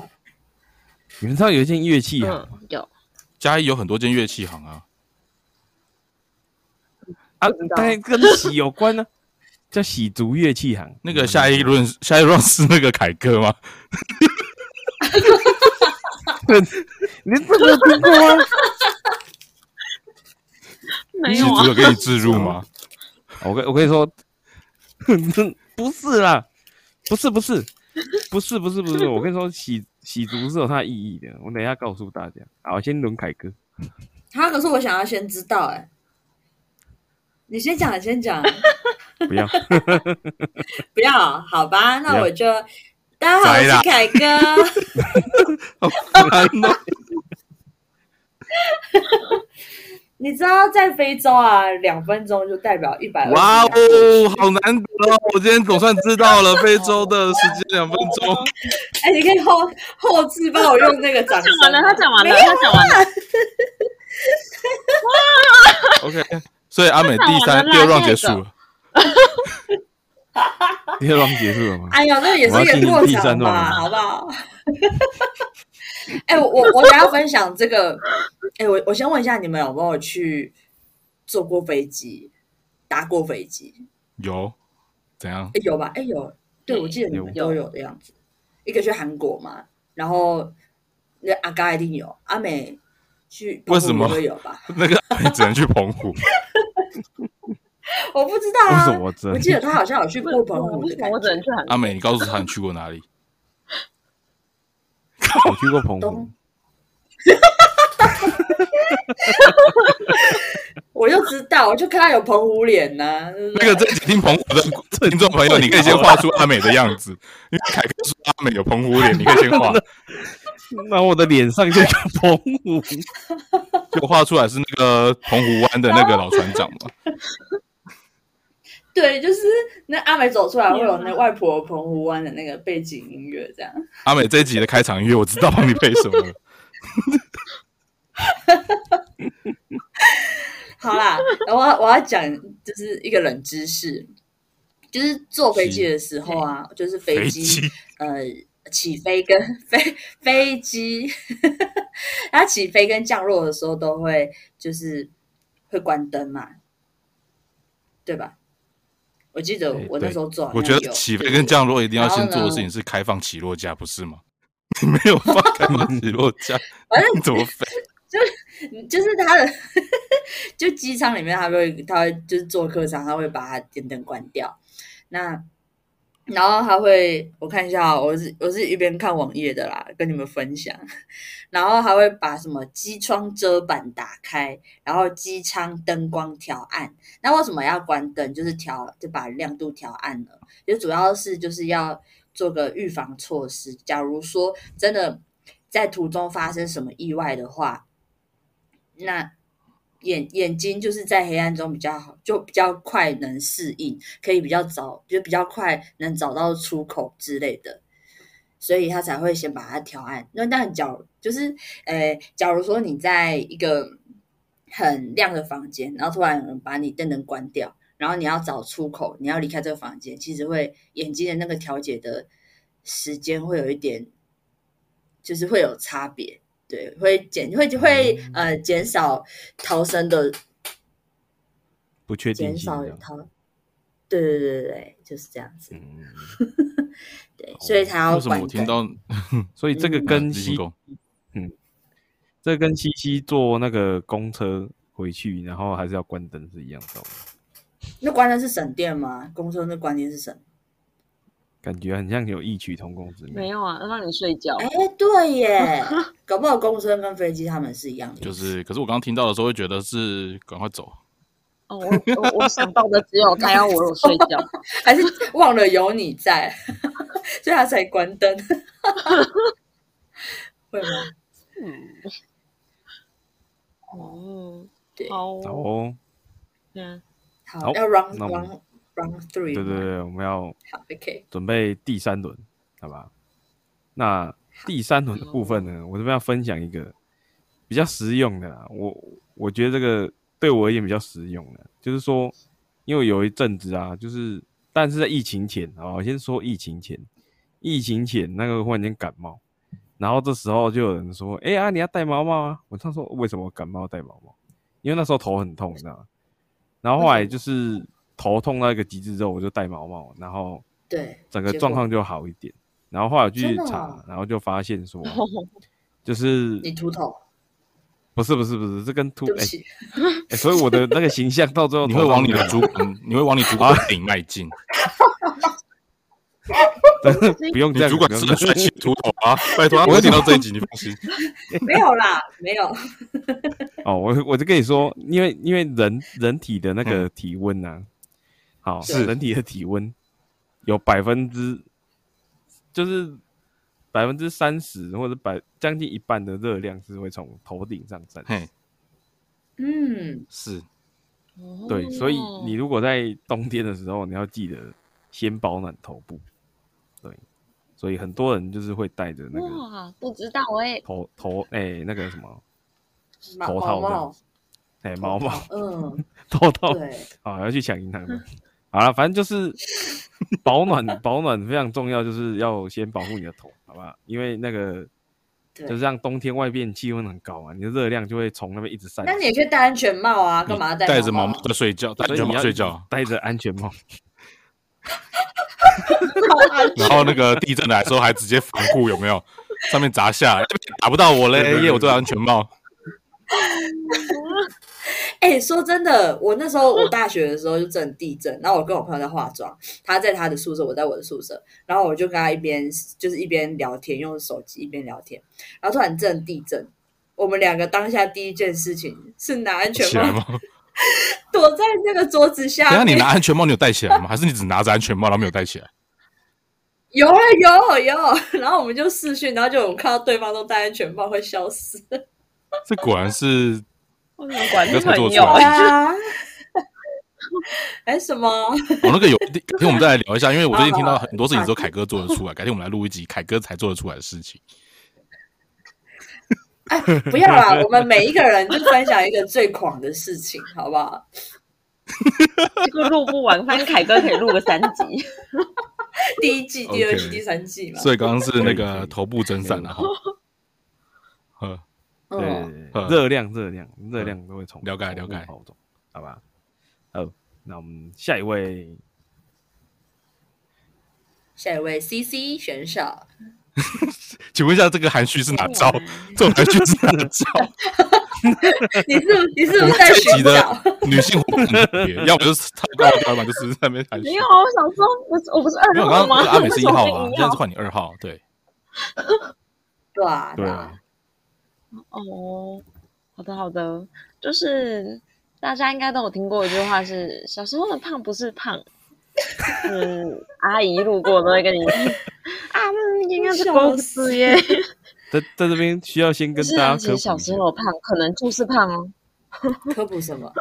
B: 你们知道有一件乐器啊？
D: 嗯，有
C: 嘉义有很多间乐器行啊，
B: 啊
D: 不知，道
B: 当然跟喜有关呢， [laughs] 叫喜足乐器行。
C: 那个下一轮下一轮是那个凯歌吗？
B: 你这个听过吗 [laughs]
D: 没
C: 喜
D: 有
C: 足
D: 啊？
C: 有给你置入
D: [laughs]
C: 吗？
B: 我跟我跟你说， [laughs] 不是啦，不是不是不是不是不是，我跟你说，喜喜足是有它的意义的。我等一下告诉大家。好，先轮凯哥。
A: 他可是我想要先知道哎、你先讲，你先讲，
C: [laughs]
B: 不要，
A: 不要好吧？那我就大家好，我
C: 宰啦
A: 是凯哥， [laughs]
C: 烦哦
A: 你知道在非洲啊，两分钟就代表一百
C: 哇
A: 二
C: 哦，好难得哦！我今天总算知道了非洲的时间两分钟。
A: 哎，你可以后后置帮我用那个掌
D: 他
A: 声
D: 讲完了，
A: 吗。
D: 他讲完了，
A: 没有
D: 他讲完了，
C: OK，所以阿美第三第
D: 太
C: 二
D: 好玩
C: round
D: 了
C: 结束了。
B: 第二 round 结束了吗？
A: 哎呀，这也是一个
B: 我要
A: 过
B: 进行第三
A: 场
B: 段
A: 吧，
B: 了
A: 好不好？哎、我我我想要分享这个，哎、我我先问一下你们有没有去坐过飞机、搭过飞机？
C: 有怎样？
A: 哎、有吧？哎、有，对，我记得你们
D: 有
A: 都有的样子。一个去韩国嘛，然后那阿嘎一定有，阿美去
C: 为什么
A: 澎湖也有吧？
C: 那个阿美只能去澎湖，
A: 我不知道
B: 为
A: 啊，
B: 什么我真
A: 我记得他好像有去啊过澎湖
D: 为
A: 的
D: 什
A: 感
D: 么
A: 觉
D: 我只能去韩
C: 阿美，你告诉他你去过哪里？
B: 我去过澎湖
A: 东，我就知道，我就看他有澎湖脸呐、对不对
C: 那个在听澎湖的听众朋友，你可以先画出阿美的样子，因为凯哥说阿美有澎湖脸，你可以先画，
B: 那我的脸上就
A: 哎
B: 有澎
A: [laughs]
B: 湖。
C: 就画出来是那个澎湖湾的那个老船长嘛。
A: 对，就是那阿美走出来会有那外婆澎湖湾的那个背景音乐，这样。
C: 阿美这一集的开场音乐，我知道帮你配什么了。
A: 好啦，然后我要我要讲就是一个冷知识，就是坐飞机的时候啊，就是飞
C: 飞
A: 机
C: 机
A: 呃起飞跟飞飞机， [laughs] 它起飞跟降落的时候都会就是会关灯嘛，对吧？我记得
B: 哎
A: 我那
B: 对
A: 时候坐好
C: 我
A: 像
C: 觉
A: 有，
C: 得起飞跟降落一定要先做的事情是开放
A: [laughs]
C: 起落架，不是吗？你没有放开放起落架，
A: 反正
C: 你怎么飞？
A: 就是它的， [laughs] 就机舱里面它会，它会就是做客舱，它会把它电灯关掉。那然后它会，我看一下哦，我是我是一边看网页的啦，跟你们分享。 [laughs] 然后还会把什么机窗遮板打开，然后机舱灯光调暗。那为什么要关灯？就是调就把亮度调暗了，就主要是就是要做个预防措施。假如说真的在途中发生什么意外的话，那眼眼睛就是在黑暗中比较好，就比较快能适应，可以比较早，就比较快能找到出口之类的，所以他才会先把它调暗。那但假如就是，呃，假如说你在一个很亮的房间，然后突然有人把你灯灯关掉，然后你要找出口，你要离开这个房间，其实会眼睛的那个调节的时间会有一点，就是会有差别。对，会减会会
B: 嗯
A: 呃减少逃生的，
B: 不确定
A: 减
B: 性
A: 少
B: 这样。
A: 逃，对对对对对，就是这样子。
C: 嗯，
A: 对， [laughs] 所
B: 哦
A: 以才要
C: 为什么我
A: 关
C: 听
A: 灯
C: 到
B: 所以这个
A: 嗯
B: 跟
C: 啊
B: 西
C: 进，攻
B: 这跟西西坐那个公车回去，然后还是要关灯是一样的道理，
A: 那关灯是省电吗？公车那关灯是省？
B: 感觉很像有异曲同工之
D: 没
B: 妙。
D: 有啊，让你睡觉。
A: 哎，
B: 哦
A: 对
B: [laughs]
A: 耶，搞不好公车跟飞机他们是一样的，
C: 就是，可是我刚刚听到的时候会觉得是赶快走，
D: 哦，我我我想到的只有他要我有睡觉，
A: 还是忘了有你在，所以他才关
B: [laughs]
A: 灯，会吗？
D: [laughs] 嗯， [laughs] 哦，
A: 对，
D: 好
B: 好哦，
D: 嗯，
A: 好，
B: 好
A: 要 round
B: 那我们
A: round round three，
B: 对对，对，我们要
A: 好，OK，
B: 准备第三轮，好吧？那第三轮的部分呢，我这边要分享一个比较实用的啦。我我觉得这个对我而言比较实用的，就是说，因为有一阵子啊，就是但是在疫情前啊，我先说疫情前，疫情前那个忽然间感冒，然后这时候就有人说：“哎、啊，你要戴毛毛啊！”我他说：“为什么感冒戴毛毛？”因为那时候头很痛，你知道吗？然后后来就是头痛到一个极致之后，我就戴毛毛，然后
A: 对，
B: 整个
A: 结
B: 状
A: 果
B: 况就好一点。然后后来我去
A: 真的
B: 查，
A: 哦
B: 然后就发
A: [laughs]
B: 现说，就是
A: 你秃头，
B: 不是不是不是，这跟秃
A: 对不
B: 哎、
A: 起， [laughs]
B: 哎所以我的那个形象到最后
C: [laughs] 你会往你的
B: 头
C: 主
B: [laughs]
C: 管，你会往你主管的顶迈进，
B: 上去了不用
C: 你
B: 这样，
C: 主管
B: 不用
C: 是
B: 这样 [laughs]
C: 帅气秃头啊，拜托，他不会听到这一集，你放心。
A: 没有啦，没有，
B: 哦，我我就跟你说，因为因为人人体的那
C: 嗯
B: 个体温呐、好
C: 是
B: 人体的体温有百分之就是百分之三十或者百将近一半的热量是会从头顶上散
C: 嘿，
A: 嗯，
C: 是，
D: 哦
A: 哦
B: 对，所以你如果在冬天的时候，你要记得先保暖头部。对，所以很多人就是会戴着那个
D: 哇，不知道 [laughs] 哎、
B: 头头哎、那个什么
A: 毛
B: 头套
A: 毛
B: 这样
A: 毛
B: 子，哎、毛毛
A: 嗯，
B: 头
C: [laughs]
B: 套
A: 对，嗯
B: 啊，要去抢银行的。 [laughs] 好了，反正就是保暖，保暖非常重要，就是要先保护你的头，好吧？因为那个
A: 对
B: 就是让冬天外边气温很高嘛，你的热量就会从那边一直散。
A: 那你也可以戴安全帽啊， [laughs] 干嘛要
C: 你戴着毛
A: 毛
C: 毛？在睡觉，戴
B: 所
C: 着
B: 以
C: 毛
B: 你
C: 毛
B: 要
C: 睡觉，
B: 戴着安全帽，
D: 啊
C: 然后那个地震来的时候还直接防护有没有？上面砸下来，哎打不到
B: [laughs]
C: 我
B: 对对
C: 嘞，
B: 对
C: 因为我戴安全帽。
A: 哎、说真的，我那时候我大学的时候就真的地震，然后我跟我朋友在化妆，他在他的宿舍，我在我的宿舍，然后我就跟他一边就是一边聊天，用手机一边聊天，然后突然真的地震，我们两个当下第一件事情是拿安
C: 起
A: 全
C: 来
A: 帽
C: 吗？
A: 躲在那个桌子
C: [laughs] 等一
A: 下
C: 下你
A: 面。
C: 拿安全帽，你有戴起来吗？还是你只拿着安全帽，然后没有戴起来？
A: 有啊有有，然后我们就视讯，然后就我们看到对方都戴安全帽会笑死。
C: 这果然是
D: 为什么管
C: 你要才做
D: 朋
C: 出
D: 友
C: 来
D: 啊？
A: 啊！ [laughs] 哎、什
C: [laughs]
A: 么？
C: 哦，那个有，改天我们再来聊一下，因为我最近听到
A: 好
C: 很多事情只有凯哥做得出来，改天我们来录一集凯哥才做得出来的事情。
A: 哎，不要啦，我们每一个人就分享一个最狂的事情，好不好？
D: 这个录不完，反正凯哥可以录个三集。
A: 第一季、第二季、
C: OK
A: 第三季嘛。
C: 所以刚刚是那
B: 可以可
C: 个
B: 以
C: 头部啊蒸散然后，呵，
A: 嗯，
B: 对对，
C: 嗯
B: 对热量热量热量都会从
C: 了解
B: 头部
C: 了解
B: 跑走，好吧？好，那我们下一位
A: 下一位 C C 选手，
C: 请问一下这个含蓄是哪招？这种含蓄是哪招？
A: 你是
C: [laughs]
A: 不你是
C: 哎我
A: 不是
C: 们
A: 在
C: 这一集
A: 寻
C: 的
A: 找？ [laughs] 啊
C: 女性伙伴很特别，要不就是太高调，要不然就是在那边谈
D: [laughs] 没
C: 心
D: 有，啊，我想说，我是我不是
C: 没
D: 二
C: 有，
D: 号
C: 刚
D: 吗？
C: 刚阿美是一号啊
D: [laughs] 我，
C: 现在
D: 是
C: 是换你二号，对
A: 对啊，
B: 对
A: 啊
B: 啊，
D: 哦，好的好的，就是大家应该都有听过一句话是“小时候的胖不是胖”，嗯，阿姨路过都会跟你 [laughs] 啊，那应该是公司耶。
B: 在在这边需要先跟
D: 是
B: 大
D: 啊，
B: 家
D: 其
B: 科
D: 实
B: 普
D: 小
B: 一
D: 时
B: 下，
D: 候胖可能就是胖哦，
A: 科普什么？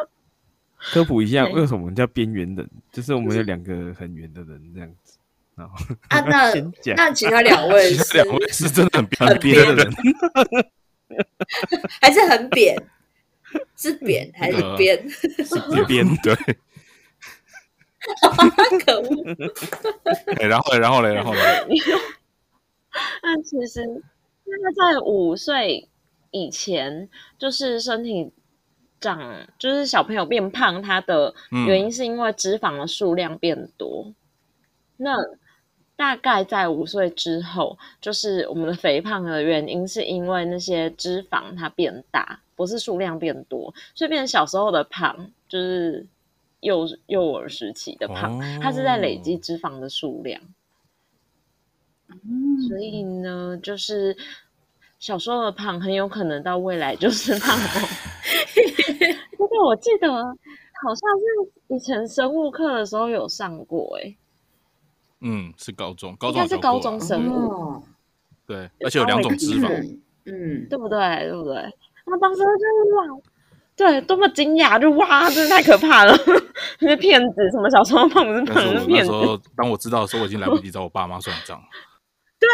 B: 科普一下
D: 对
B: 为什么我们叫边缘人，就是我们有两个很圆的人这样子。然后
A: 啊，
C: [laughs]
A: 那
B: 先讲
A: 那其他两位
C: 其他
A: 是
C: 两位是真的很
A: 很
C: 很
A: 别
C: 别的人，
A: 还是很扁，是扁
C: 嗯
A: 还是
C: [laughs]
A: 扁？
C: 是别边对。
A: 可恶！
C: 哎然后嘞，然后嘞，然后嘞，
D: 那其实大概在五岁以前，就是身体长，就是小朋友变胖，它的原因是因为脂肪的数量变多。那大概在五岁之后，就是我们的肥胖的原因，是因为那些脂肪它变大，不是数量变多，所以变成小时候的胖，就是幼幼儿时期的胖，它是在累积
C: 哦
D: 脂肪的数量。
C: 嗯
D: 所以呢，就是小时候的胖，很有可能到未来就是
C: [laughs]
D: 胖哦。这个我记得好像是以前生物课的时候有上过、欸，
C: 嗯，是高中，高
D: 应
C: 中
D: 该
C: 有
D: 是
C: 教
D: 高
C: 过啊
D: 中生物，
A: 哦，
C: 对，而且有两种脂肪，
A: 嗯嗯，
D: 对不对？对不对？那当时就是哇，对，多么惊讶，就哇，真的太可怕了， [laughs] 那些骗子，什么小时候胖不是
C: 但是
D: 胖，
C: 我
D: 是
C: 那
D: 骗
C: 时
D: 子，
C: 候，当我知道的时候，我已经来不及找我爸妈算账了。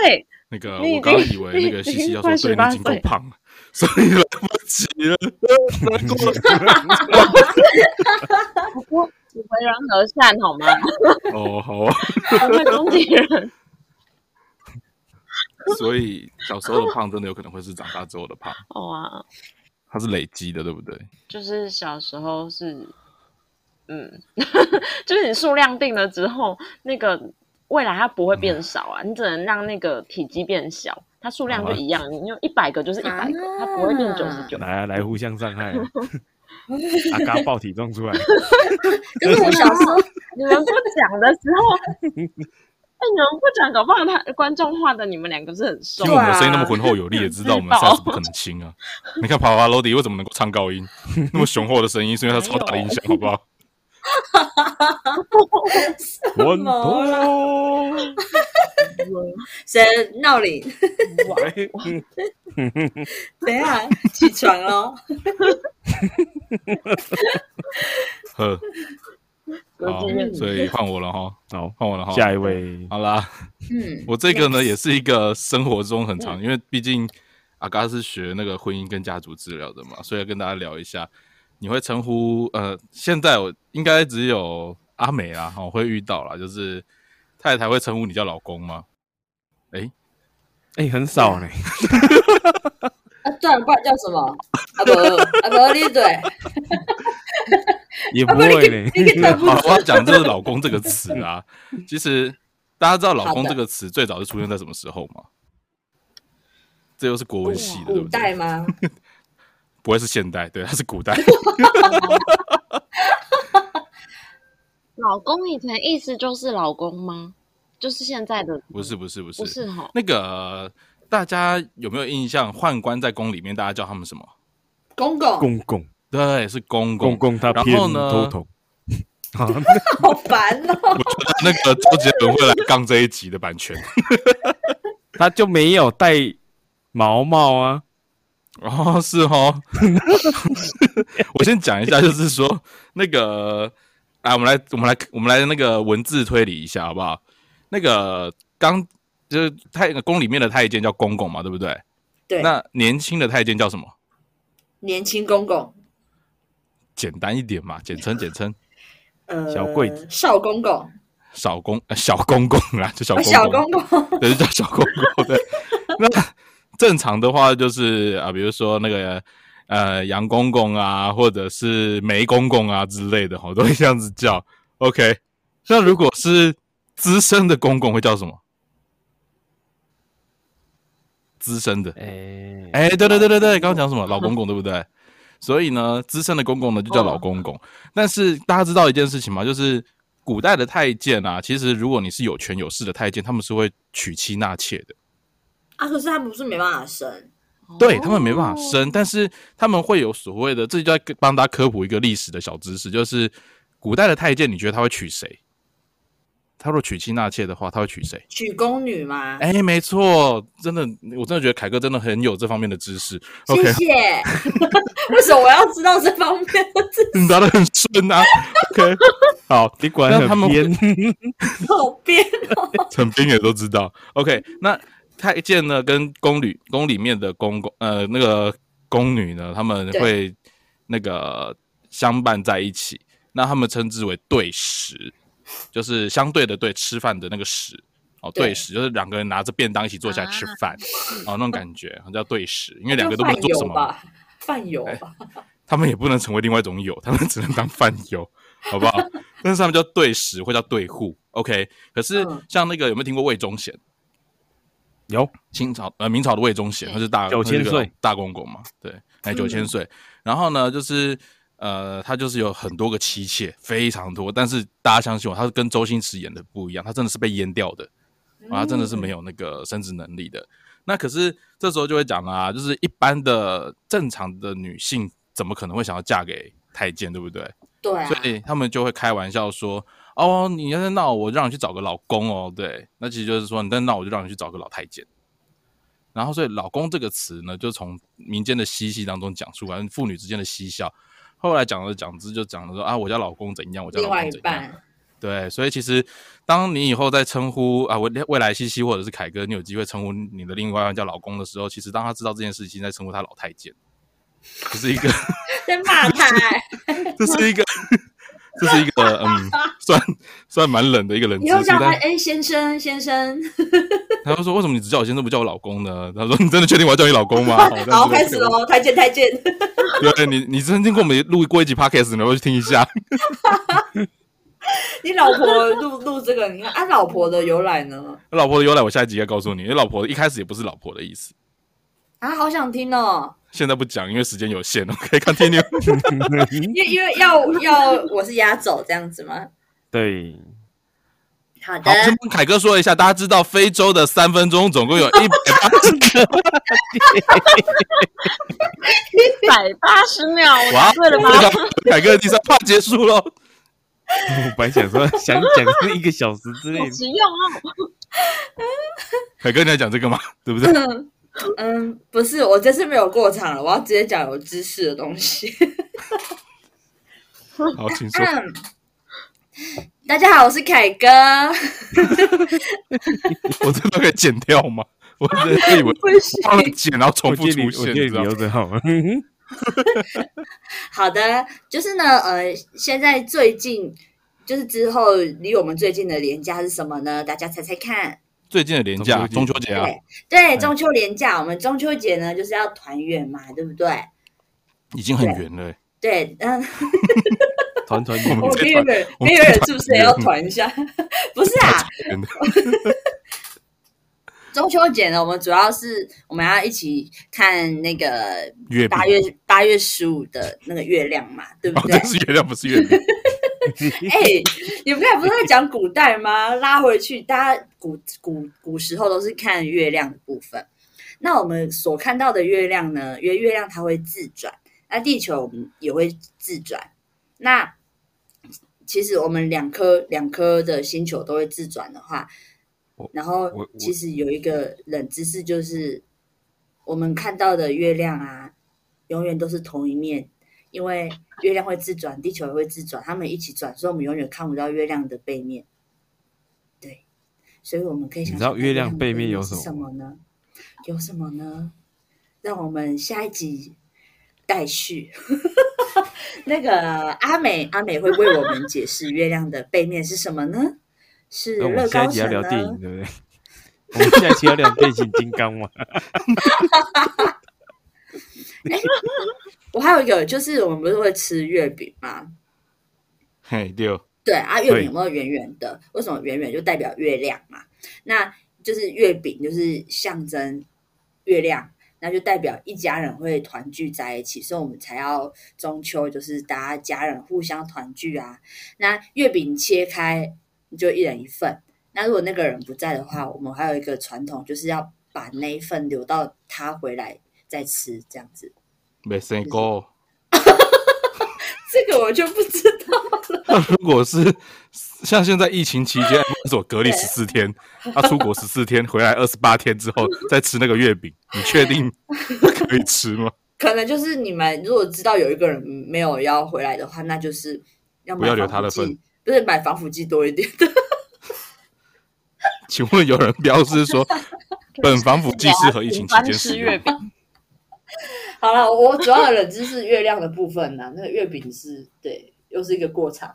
D: 对，
C: 那个，
D: 你已
C: 我刚刚以
D: 经
C: 为那
D: 你
C: 个
D: 已
C: 西
D: 经
C: 西要
D: 快
C: 说对你已
D: 18
C: 经够
D: 岁
C: 胖了， [laughs] 所以来不及了，难过了。
D: 不过你为人和善好吗？
C: 哦，好啊。 [laughs]
D: 不会攻击人。
C: 所以小时候的胖真的有可能会是长大之后的胖，
D: 哦啊，
C: 它是累积的，对不对？
D: 就是小时候是，嗯，就是你数量定了之后，那个未来它不会变少啊，你只能让那个体积变小，它数量就一样，你用一百个就是一百个，它不会变九十九。
B: 来啊来互相伤害啊，阿嘎爆体重出来，
A: 可是我小时候，
C: [laughs]
D: 你们不讲的时候，哎、你们不讲，搞不好他观众画的你们两个是很瘦
C: 听
A: 对
C: 我
A: 啊
C: 们的声音那么浑厚有
D: [laughs]
C: 力，也知道我们的 size 不可能轻啊。你看爬爬罗迪为什么能够唱高音， [laughs] 那么雄厚的声音，是因为它超大的音响，好不好？
B: 滚头，
A: 谁闹铃？
D: 哇！
A: 等一下起床哦喽！
D: [laughs]
C: 呵，好
D: 我今天，
C: 所以换我了哈，
B: 好，
C: 换我了哈。
B: 下一位，
C: 好啦，
A: 嗯，
C: 我这个呢也是一个生活中很常，因为毕竟阿嘎是学那个婚姻跟家族治疗的嘛，所以要跟大家聊一下，你会称呼呃，现在我应该只有阿美啦，我会遇到啦，就是太太会称呼你叫老公吗？
B: 哎，很少呢，
A: 啊，对了，不然叫什么？啊不啊不，你
C: [laughs]
A: 对，
B: 也
A: 啊
B: 不
A: 不，你
B: 会
A: 给你给
B: 呢，
A: 他不
C: [laughs] 好，我要讲这个“老公”这个词啊，其实大家知道“老
A: 好”
C: 公
A: 的
C: 这个词最早是出现在什么时候吗？这又是国文系的，对
A: 古
C: 不
A: 代
C: 对？
A: 吗？
C: 不会是现代，对，它是古代。
D: 老公以前意思就是老公吗？就是现在的
C: 不是，不是，不是，
D: 不是哈？
C: 那个大家有没有印象？宦官在宫里面，大家叫他们什么？
A: 公公，
B: 公公
C: 对，是公公。
B: 公公他
C: 然
B: 偏
C: 后呢
B: 头头，啊，
A: 好烦哦！
C: 我觉得那个周杰伦会来杠这一集的版权。
B: 他就没有戴毛毛啊，
C: 哦，是哦。 [laughs] 我先讲一下，就是说那个，来，我们来，我们来，我们来那个文字推理一下，好不好？那个刚就是太宫里面的太监叫公公嘛，对不对？
A: 对，
C: 那年轻的太监叫什么？
A: 年轻公公，
C: 简单一点嘛，简称简称
A: 呃，
B: 小桂子
A: 少公公，
C: 少公、呃小公公啦，就小
A: 啊
C: 公公，
A: 小公公， [laughs]
C: [laughs] 对，就叫小公公。 [laughs] 对，那正常的话就是啊、比如说那个呃杨公公啊，或者是梅公公啊之类的，好都会这样子叫。OK，那如果是资深的公公会叫什么？资深的，
B: 哎，
A: [laughs]
C: 哎，对对对对对，刚刚讲什么？老公公对不对？所以呢，资深的公公呢就叫老公
A: 哦
C: 公。但是大家知道一件事情吗？就是古代的太监啊，其实如果你是有权有势的太监，他们是会娶妻纳妾的。
A: 啊，可是他不是没办法生，
C: 对他们没办法
D: 哦
C: 生，但是他们会有所谓的，这就在帮大家科普一个历史的小知识，就是古代的太监，你觉得他会娶谁？他如果娶妻纳妾的话，他会娶谁？
A: 娶宫女吗？
C: 哎、没错，真的，我真的觉得凯哥真的很有这方面的知识。OK，
A: 谢 [laughs] 谢。为什么我要知道这方面的知
C: 你答的很顺啊。OK，好，
B: 你管
C: 那他
B: 很
C: 们
B: 偏，
A: 识后边？
C: 陈斌也都知道。OK，那太监呢跟宫女宫里面的公公呃那个宫女呢，他们
A: 对
C: 会那个相伴在一起，那他们称之为对食，就是相对的对吃饭的那个食。哦，
A: 对啊
C: 对食就是两个人拿着便当一起坐下来吃饭，哦，那种感觉叫对食，因为两个都不能
A: 饭
C: 做
A: 友
C: 什么嘛，
A: 吧，饭友吧，
C: 他们也不能成为另外一种友，他们只能当饭友，好不好？ [laughs] 但是他们叫对食或叫对户，OK。可是
A: 嗯
C: 像那个有没有听过魏忠贤？
B: 有
C: 清朝呃明朝的魏忠贤，
D: 对
C: 他是大
B: 九千
C: 他是个
B: 岁
C: 大公公嘛，对，哎九千岁。然后呢，就是呃，他就是有很多个妻妾，非常多。但是大家相信我，他是跟周星驰演的不一样，他真的是被阉掉的，啊，他真的
A: 嗯
C: 是没有那个生殖能力的。那可是这时候就会讲啦、就是一般的正常的女性怎么可能会想要嫁给太监，对不对？
A: 对啊
C: 所，以他们就会开玩笑说：“哦，你要在闹我，让你去找个老公哦。”对，那其实就是说你在闹我，就让你去找个老太监。然后，所以“老公”这个词呢，就从民间的嬉戏当中讲出来，妇女之间的嬉笑。后来讲着讲之，就讲了说啊，我家老公怎样，我家
A: 另
C: 老
A: 外
C: 公
A: 一
C: 怎样。
A: 半
C: 对，所以其实当你以后在称呼啊，未未来西西或者是凯哥，你有机会称呼你的另外一半叫老公的时候，其实当他知道这件事情，在称呼他老太监，这是一个
A: 在骂他、欸，
C: 这是
A: [laughs]
C: 一个，这是一个，嗯，算算蛮冷的一个冷知
A: 以后
C: 识。
A: 叫他
C: 但
A: 哎、先生先生，
C: 他就说，为什么你只叫我先生不叫我老公呢？他说，你真的确定我要叫你老
A: [laughs]
C: 公吗？
A: 好开始。喽，太监太监，
C: 这样子对你，你曾经跟我们录过一集 podcast，你要不要去听一下？
A: [laughs]
C: [laughs]
A: 你老婆录录这个，你看啊，老婆的由来呢？
C: 老婆的由来，我下一集要告诉你。因为老婆一开始也不是老婆的意思，
A: 啊，好想听哦，
C: 现在不讲，因为时间有限。OK，continue。 [laughs]
A: [laughs] 因为因为要要我是压轴这样子吗？
B: 对，
A: 好的
C: 好，，先跟凯哥说一下，大家知道非洲的三分钟总共有一百八
A: [laughs]
C: 十
D: 一百八十秒，我
C: 哇
D: 答对
C: [laughs]
D: 了吗？
C: 凯哥的第三趴结束喽。
B: 我本来想说想讲是一个小时之内
D: 好，实用哦！
C: 凯哥，你要讲这个吗？对不对？
A: 嗯，不是，我这次没有过场了，我要直接讲有知识的东西。
C: 好，请
A: [laughs]
C: 说。
A: 嗯，大家好，我是凯哥，
C: [laughs] 我真的可以剪掉吗？我真的
D: [laughs]
C: 以为
A: [laughs] 不行
C: 忘了剪，然后重
B: 我
C: 复
B: 建议
C: 出
B: 你我
C: 现，
B: 建
C: 你
B: 议你
C: 知道吗
B: 留？着好吗？
A: [laughs] 好的，就是呢，呃，现在最近就是之后离我们最近的连假是什么呢？大家猜猜看。
C: 最近的年假，中
B: 中
C: 秋
B: 秋
C: 节啊，
A: 对，中秋连假，我们中秋节呢就是要团圆嘛，对不对？
C: 已经很远
D: 啊
C: 了欸。
A: 对，嗯，
B: 团团
C: [laughs] 我们
A: 我
C: 这
A: 边
C: 团
A: 缘人，
C: 我们
A: 边缘
C: 这
A: 人
C: 团
A: 是不是也要团一下？ [laughs] 不是
C: 哎
A: 啊，
C: 真的
A: 中秋节呢，我们主要是我们要一起看那个
C: 月饼
A: 八月八月十五的那个月亮嘛，对
C: 哦
A: 不，对
C: 这？是月亮，不是月饼。
A: [laughs] 哎、你们刚才不是在讲古代吗？拉回去，大家古古古时候都是看月亮的部分。那我们所看到的月亮呢？因为月亮它会自转，那地球我们也会自转。那其实我们两颗两颗的星球都会自转的话
B: 我，
A: 然后
B: 我
A: 其实有一个冷知识就是，我们看到的月亮啊，永远都是同一面，因为月亮会自转，地球也会自转，它们一起转，所以我们永远看不到月亮的背面。对，所以我们可以想
B: 你知道
A: 想看
B: 月亮
A: 的
B: 背面有
A: 是
B: 什
A: 什
B: 么
A: 么呢？有什么呢？让我们下一集待续。 [laughs] 那个阿美，阿美会为我们解释月亮的背面是什么呢？是
B: 那我
A: 乐
B: 们下一
A: 高
B: 集要
A: 神
B: 聊
A: 呢？
B: 电影，对不对？我们下一期要聊变形金刚吗？
A: 我还有一个，就是我们不是会吃月饼吗？
C: [laughs] 嘿，对哦，
A: 对啊，月
B: 对
A: 饼有没有圆圆的？为什么圆圆就代表月亮嘛？那就是月饼，就是象征月亮。那就代表一家人会团聚在一起，所以我们才要中秋就是大家家人互相团聚啊。那月饼切开就一人一份，那如果那个人不在的话，我们还有一个传统就是要把那一份留到他回来再吃，这样子。
C: 没生过。
A: 这个我就不知道，
C: 那 [laughs] 如果是像现在疫情期间，封锁隔离十四天，他出国十四天，回来二十八天之后再吃那个月饼，你确
D: [laughs]
C: 定可以吃吗？
A: 可能就是你们如果知道有一个人没有要回来的话，那就是要买
C: 不要留
A: 防
C: 他的
A: 腐剂
C: 份，
A: 不是买防腐剂多一点。 [laughs]
C: 请问有人标示
D: [laughs]
C: 说本防腐剂适合疫情期间使
D: 吃
C: 用
D: 月
C: 吗？
D: 饼，
A: 好了，我主要的认知是月亮的部分呢、那个月饼是对，又是一个过
B: [laughs]
A: 场。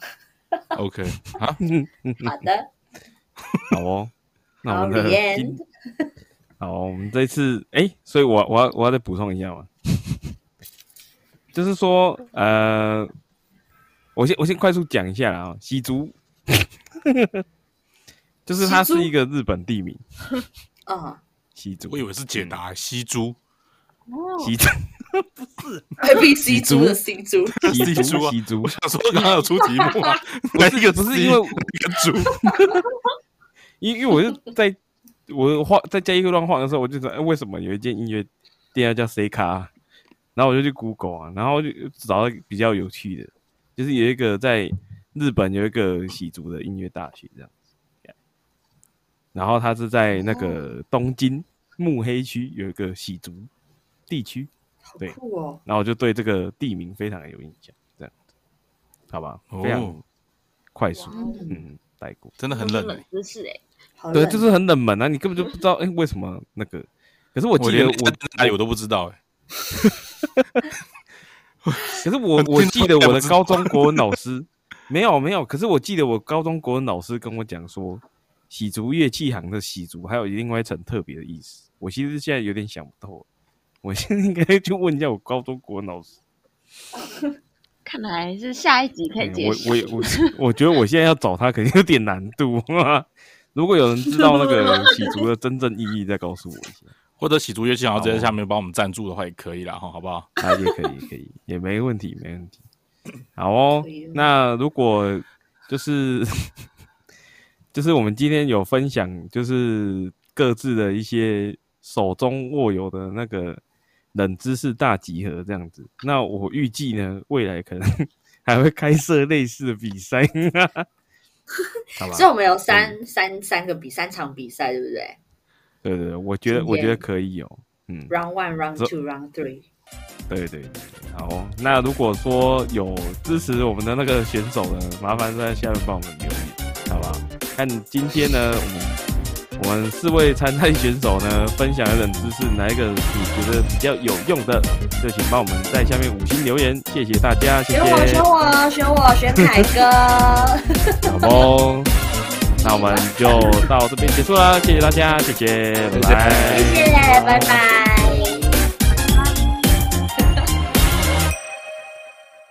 C: OK 啊，
A: 好的，
B: 好哦， [laughs] 那我
A: 好
B: 们
A: ，the
B: 的
A: end
B: 今。好，我们这次哎、所以我我要我要再补充一下嘛， [laughs] 就是说呃，我先我先快速讲一下啦啊，喜竹，就是它
A: 喜竹
B: 是一个日本地名，
A: 啊，
B: 喜竹，
C: 我以为是解答西猪，
B: 喜竹，
A: 会比
B: [laughs]
A: C
C: 猪
A: 猪的 C 猪，
B: 喜
C: 喜竹
B: 竹，
C: 啊
B: 喜竹
C: 我，想说刚刚有出题目啊， [laughs] 哪一个
B: 不是
C: 鸡
B: 因为
C: 哪一
B: [laughs]
C: 个猪？
B: 因因为我是在我画在嘉义会乱晃的时候，我就想、哎为什么有一间音乐店要叫 C 卡，然后我就去 Google 啊，然后就找到比较有趣的，就是有一个在日本有一个喜族的音乐大学这样子，然后它是在那个东京目黑区有一个喜族地区，
A: 好
B: 对
A: 酷哦！
B: 然后我就对这个地名非常有印象，这样子，好吧，非常
C: 哦，
B: 快速，
D: 哇哦
B: 嗯，带过。
C: 真的很
D: 冷
C: 冷
D: 冷
C: 欸
D: 知识哎，
A: 好
B: 对，
A: 冷
B: 就是很冷门啊，你根本就不知道哎、诶为什么那个。可是我记
C: 我
B: 得
C: 连
B: 我，
C: 我哪里我都不知道哎。
B: 可是我
C: 我
B: 我
C: 听
B: 记得我
C: 说
B: 的
C: 我知
B: 高中国文老师
C: [laughs]
B: 没有没有，可是我记得我高中国文老师跟我讲说，喜竹乐器行的喜竹还有另外一层特别的意思。我其实现在有点想不透，我现在应该去问一下我高中国文老师。
D: 看来是下一集可
C: 哎
D: 以
B: 嗯
D: 解释。
B: 我我我我觉得我现在要找他肯定有点难度。啊 [laughs] 如果有人知道那个喜竹的真正意义，再告诉我一下。
C: 或者喜竹乐器，然后直接下面帮我们赞助的话也可以啦，哈，好不好？
B: 啊，也可以，也可以，也没问题，没问题。好哦
A: 可以，
B: 那如果就是 [laughs] 就是我们今天有分享，就是各自的一些手中握有的那个冷知识大集合这样子。那我预计呢，未来可能 [laughs] 还会开设类似的比赛， [laughs] 好吧
A: 所？以我们有
B: 嗯
A: 三三三个比三场比赛，对不对
B: 对对对，我觉得我觉得可以有、嗯，
A: ？Round one, round
B: 这
A: two, round three。
B: 对对对，好哦、那如果说有支持我们的那个选手呢，麻烦在下面帮我们留言，好吧？看今天呢，我们我们四位参赛选手呢，分享的冷知识，哪一个你觉得比较有用的，就请帮我们在下面五星留言，谢谢大家，谢
A: 选
B: 谢，
A: 我，选我，选我，选凯
B: [laughs]
A: 哥。
B: 好不？那我们就到这边结束啦，谢谢大家，谢谢，拜拜，
A: 谢谢，拜拜。